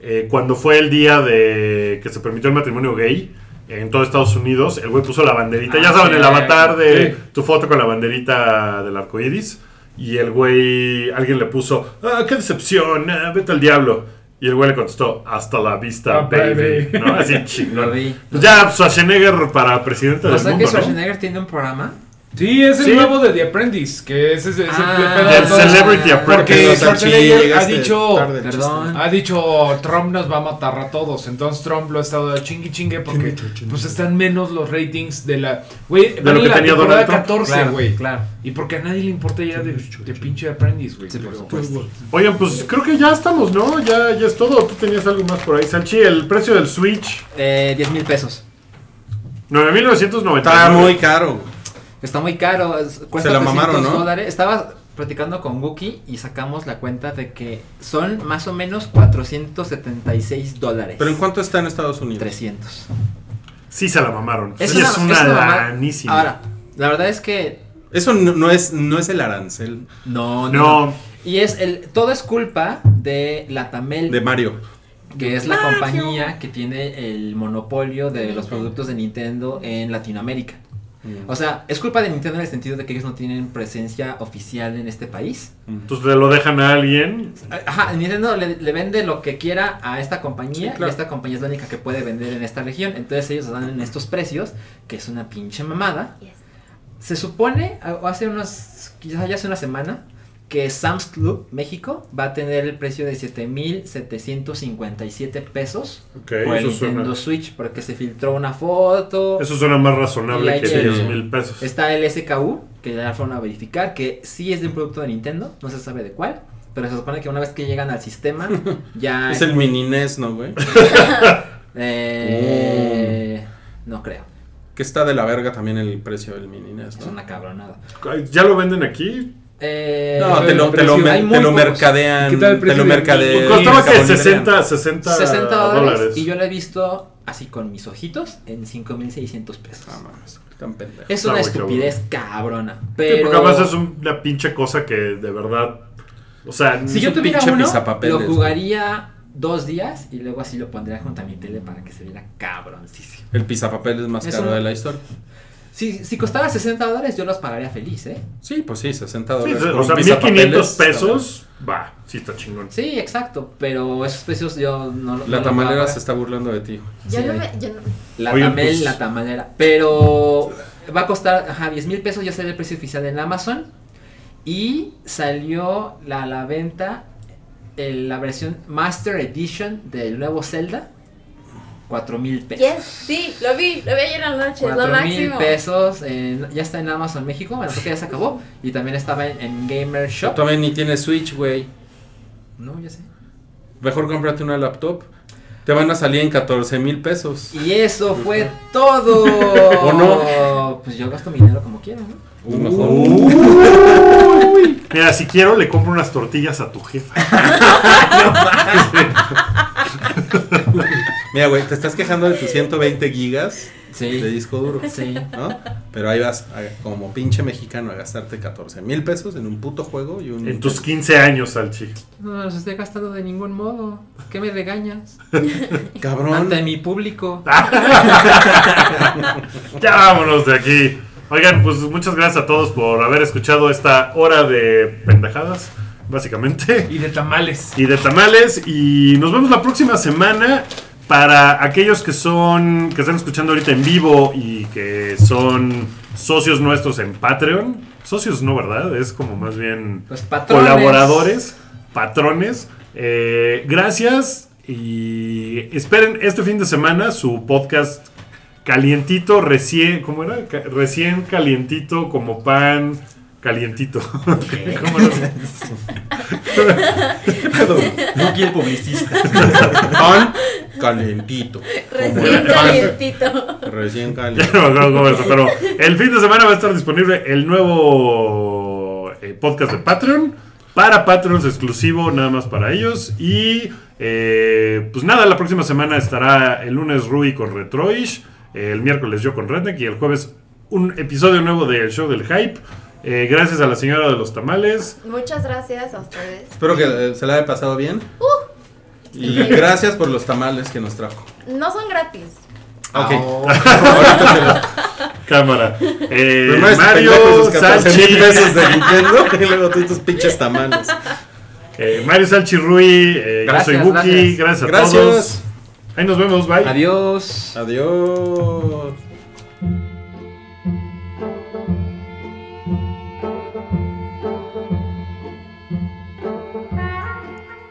S2: eh, cuando fue el día de que se permitió el matrimonio gay en todo Estados Unidos, el güey puso la banderita,
S6: Ah,
S2: ya saben,
S6: sí.
S2: el avatar de
S6: Sí.
S2: tu foto con la banderita del arco iris. Y el güey, alguien le puso, ah, qué decepción, ah, vete al diablo. Y el güey le contestó, hasta la vista,
S6: Ah,
S2: baby.
S6: baby.
S2: ¿No?
S7: [LAUGHS]
S2: Así chingón.
S7: Lo vi.
S2: Pues ya, Schwarzenegger para presidente
S7: O
S2: del
S7: sea Pues
S2: mundo,
S7: que
S2: ¿no?
S7: Schwarzenegger tiene un programa.
S6: Sí, es el
S2: Sí.
S6: nuevo de The Apprentice, que es ese, ese
S7: Ah,
S6: pedo
S2: Del
S6: de todos.
S2: Celebrity
S6: Porque
S2: Apprentice.
S3: Pero, Sanchi,
S6: Schwarzenegger ha
S3: llegaste
S6: dicho,
S3: tarde al chiste.
S7: Perdón.
S6: ha dicho, Trump nos va a matar a todos. Entonces Trump lo ha estado chingui chingue porque pues están menos los ratings de la... Güey,
S2: lo
S6: van en
S2: que
S6: la
S2: tenía
S6: temporada
S2: Donald Trump.
S6: 14,
S7: Claro,
S6: güey.
S7: claro.
S6: Y porque a nadie le importa ya de, de pinche Apprentice, güey.
S7: Sí, por
S6: Pero-
S7: supuesto.
S2: Oigan, pues creo que ya estamos, ¿no? Ya, ya es todo. Tú tenías algo más por ahí, Sanchi. El precio del Switch,
S7: Eh, 10 mil pesos.
S2: 9.999.
S3: Está muy caro.
S7: Está muy caro. es- Cuesta
S3: Se la mamaron,
S7: 300
S3: ¿no?
S7: dólares. Estaba platicando con Wookie y sacamos la cuenta de que son más o menos 476 dólares.
S3: ¿Pero en cuánto está en Estados Unidos?
S7: 300.
S2: Sí se la mamaron.
S7: Es
S2: sí,
S7: una-
S2: es una,
S7: es una mamada.
S2: lanísima.
S7: Ahora, la verdad es que
S3: Eso no, no es, no es el arancel
S7: no, no.
S2: No,
S7: Y es el todo es culpa de la Tamel,
S3: de Mario.
S7: que es la compañía que tiene el monopolio de los productos de Nintendo en Latinoamérica. O sea, es culpa de Nintendo en el sentido de que ellos no tienen presencia oficial en este país.
S2: entonces te lo dejan a alguien.
S7: Ajá, Nintendo le, le vende lo que quiera a esta compañía
S3: Sí, claro.
S7: y esta compañía es la única que puede vender en esta región. Entonces ellos dan en estos precios, que es una pinche mamada.
S5: Yes.
S7: Se supone, a- hace unos, quizás ya hace una semana, que Sam's Club México va a tener el precio de 7,757 pesos
S2: Ok,
S7: por el
S2: eso suena.
S7: Pues, Nintendo Switch, porque se filtró una foto.
S2: Eso suena más
S7: Y
S2: razonable
S7: hay
S2: que
S7: que-
S2: 10 mil pesos.
S7: Está el SKU, que ya fueron a verificar, que sí es de un producto de Nintendo, no se sabe de cuál, pero se supone que una vez que llegan
S3: [LAUGHS]
S7: al sistema, ya...
S3: Es el mini NES, ¿no, güey?
S7: Eh, No creo,
S3: Que está de la verga también el precio del mini NES,
S7: es
S3: ¿no?
S7: una cabronada.
S2: ¿Ya lo venden aquí?
S7: Eh,
S3: No, te lo, te lo,
S6: Precio.
S3: mer-
S7: hay muy
S3: te lo
S7: pocos.
S3: mercadean.
S6: ¿Qué tal
S3: Te
S6: el precio
S3: lo
S6: del
S3: mercadean.
S6: mini? E
S2: Costaba que
S3: Cabonean.
S2: 60, 60,
S7: 60 dólares,
S2: dólares.
S7: y yo lo he visto así con mis ojitos en 5.600 pesos.
S3: No Ah, mames, tan pendejo.
S7: es
S2: está
S7: una
S2: muy
S7: estupidez cabrona,
S2: Sí,
S7: pero...
S2: Porque además es un- una pinche cosa que de verdad. O sea,
S7: Si
S3: Es
S7: yo
S3: un
S7: tuviera
S3: pinche
S7: uno,
S3: pisapapeles,
S7: lo jugaría dos días y luego así lo pondría junto a mi tele para que se viera cabroncísimo.
S3: El pizapapel es más
S7: Es
S3: caro
S7: un-
S3: de la historia.
S7: Si, si costara 60 dólares, yo los pagaría feliz, ¿eh?
S3: Sí, pues sí, 60
S2: sí,
S3: dólares. por
S2: o
S3: un
S2: sea,
S3: pisapapeles,
S2: 1500
S3: está
S2: pesos. Va, sí está chingón.
S7: Sí, exacto, pero esos precios yo no
S3: bien.
S7: los.
S3: La tamalera se está burlando de ti.
S5: Yo
S7: Sí.
S5: no me. Yo no,
S7: La
S2: Oye,
S7: tamel,
S2: pues-
S7: la tamalera. Pero va a costar, ajá, 10 mil pesos, ya sale el precio oficial en Amazon. Y salió la, la venta el- la versión Master Edition del nuevo Zelda. 4 mil pesos.
S5: yes, sí, lo vi, lo vi ayer en la noche, es lo
S7: Cuatro mil
S5: máximo.
S7: pesos, en- ya está en Amazon México, bueno, creo que ya se acabó. Y también estaba en, en Gamer
S3: Tú
S7: Shop.
S3: también ni tienes Switch, güey.
S7: No, ya sé.
S3: Mejor cómprate una laptop. Te van a salir en 14 mil pesos.
S7: Y eso fue todo. ¿O
S3: no?
S7: Pues yo gasto mi dinero como quiera, ¿no?
S3: A lo mejor.
S7: Uh.
S2: Mira, si quiero, le compro unas tortillas a tu jefa.
S3: Mira, güey, te estás quejando de tus 120 gigas.
S7: Sí.
S3: de disco duro.
S7: Sí.
S3: ¿no? Pero ahí vas, a- como pinche mexicano, a gastarte 14 mil pesos en un puto juego y un.
S2: En tus 15 años, Salchi.
S7: No los estoy gastando de ningún modo. ¿Qué me regañas?
S3: Cabrón.
S7: Ante mi público.
S2: Ya vámonos de aquí. Oigan, pues muchas gracias a todos por haber escuchado esta hora de pendejadas, básicamente.
S6: Y de tamales.
S2: Y de tamales. Y nos vemos la próxima semana. Para aquellos que son. que están escuchando ahorita en vivo y que son socios nuestros en Patreon. Socios no, ¿verdad? Es como más bien
S7: Los patrones.
S2: colaboradores, patrones. Eh, gracias y esperen este fin de semana su podcast calientito, recién, ¿cómo era? Ca- Recién calientito como pan calientito. [LAUGHS] ¿Cómo lo sé?
S4: Wookie el publicista.
S3: Pan calentito. Como
S5: Recién
S3: el pan,
S5: calientito.
S3: Recién
S2: Ya
S3: calientito.
S2: no me acuerdo cómo es, pero el fin de semana va a estar disponible el nuevo eh, podcast de Patreon. Para Patreons exclusivo, nada más para ellos. Y eh, pues nada, la próxima semana estará el lunes Rui con Retroish, el miércoles yo con Redneck y el jueves un episodio nuevo del show del hype. Eh, gracias a la señora de los tamales.
S5: Muchas gracias a ustedes.
S3: Espero que eh, se la haya pasado bien. Y gracias por los tamales que
S2: [LAUGHS]
S3: nos trajo.
S5: No son gratis.
S6: Ah,
S3: Ok.
S2: Cámara. Eh,
S3: Primero este
S2: Mario,
S3: pendejo sus 14
S2: Salchi,
S3: mil pesos de Nintendo [LAUGHS] y luego tú y tus pinches tamales.
S2: eh, Mario Salchi Rui, eh, yo soy
S7: Gracias,
S2: Buki, gracias. a todos.
S3: Gracias.
S2: Ahí nos vemos, bye.
S7: Adiós.
S3: Adiós.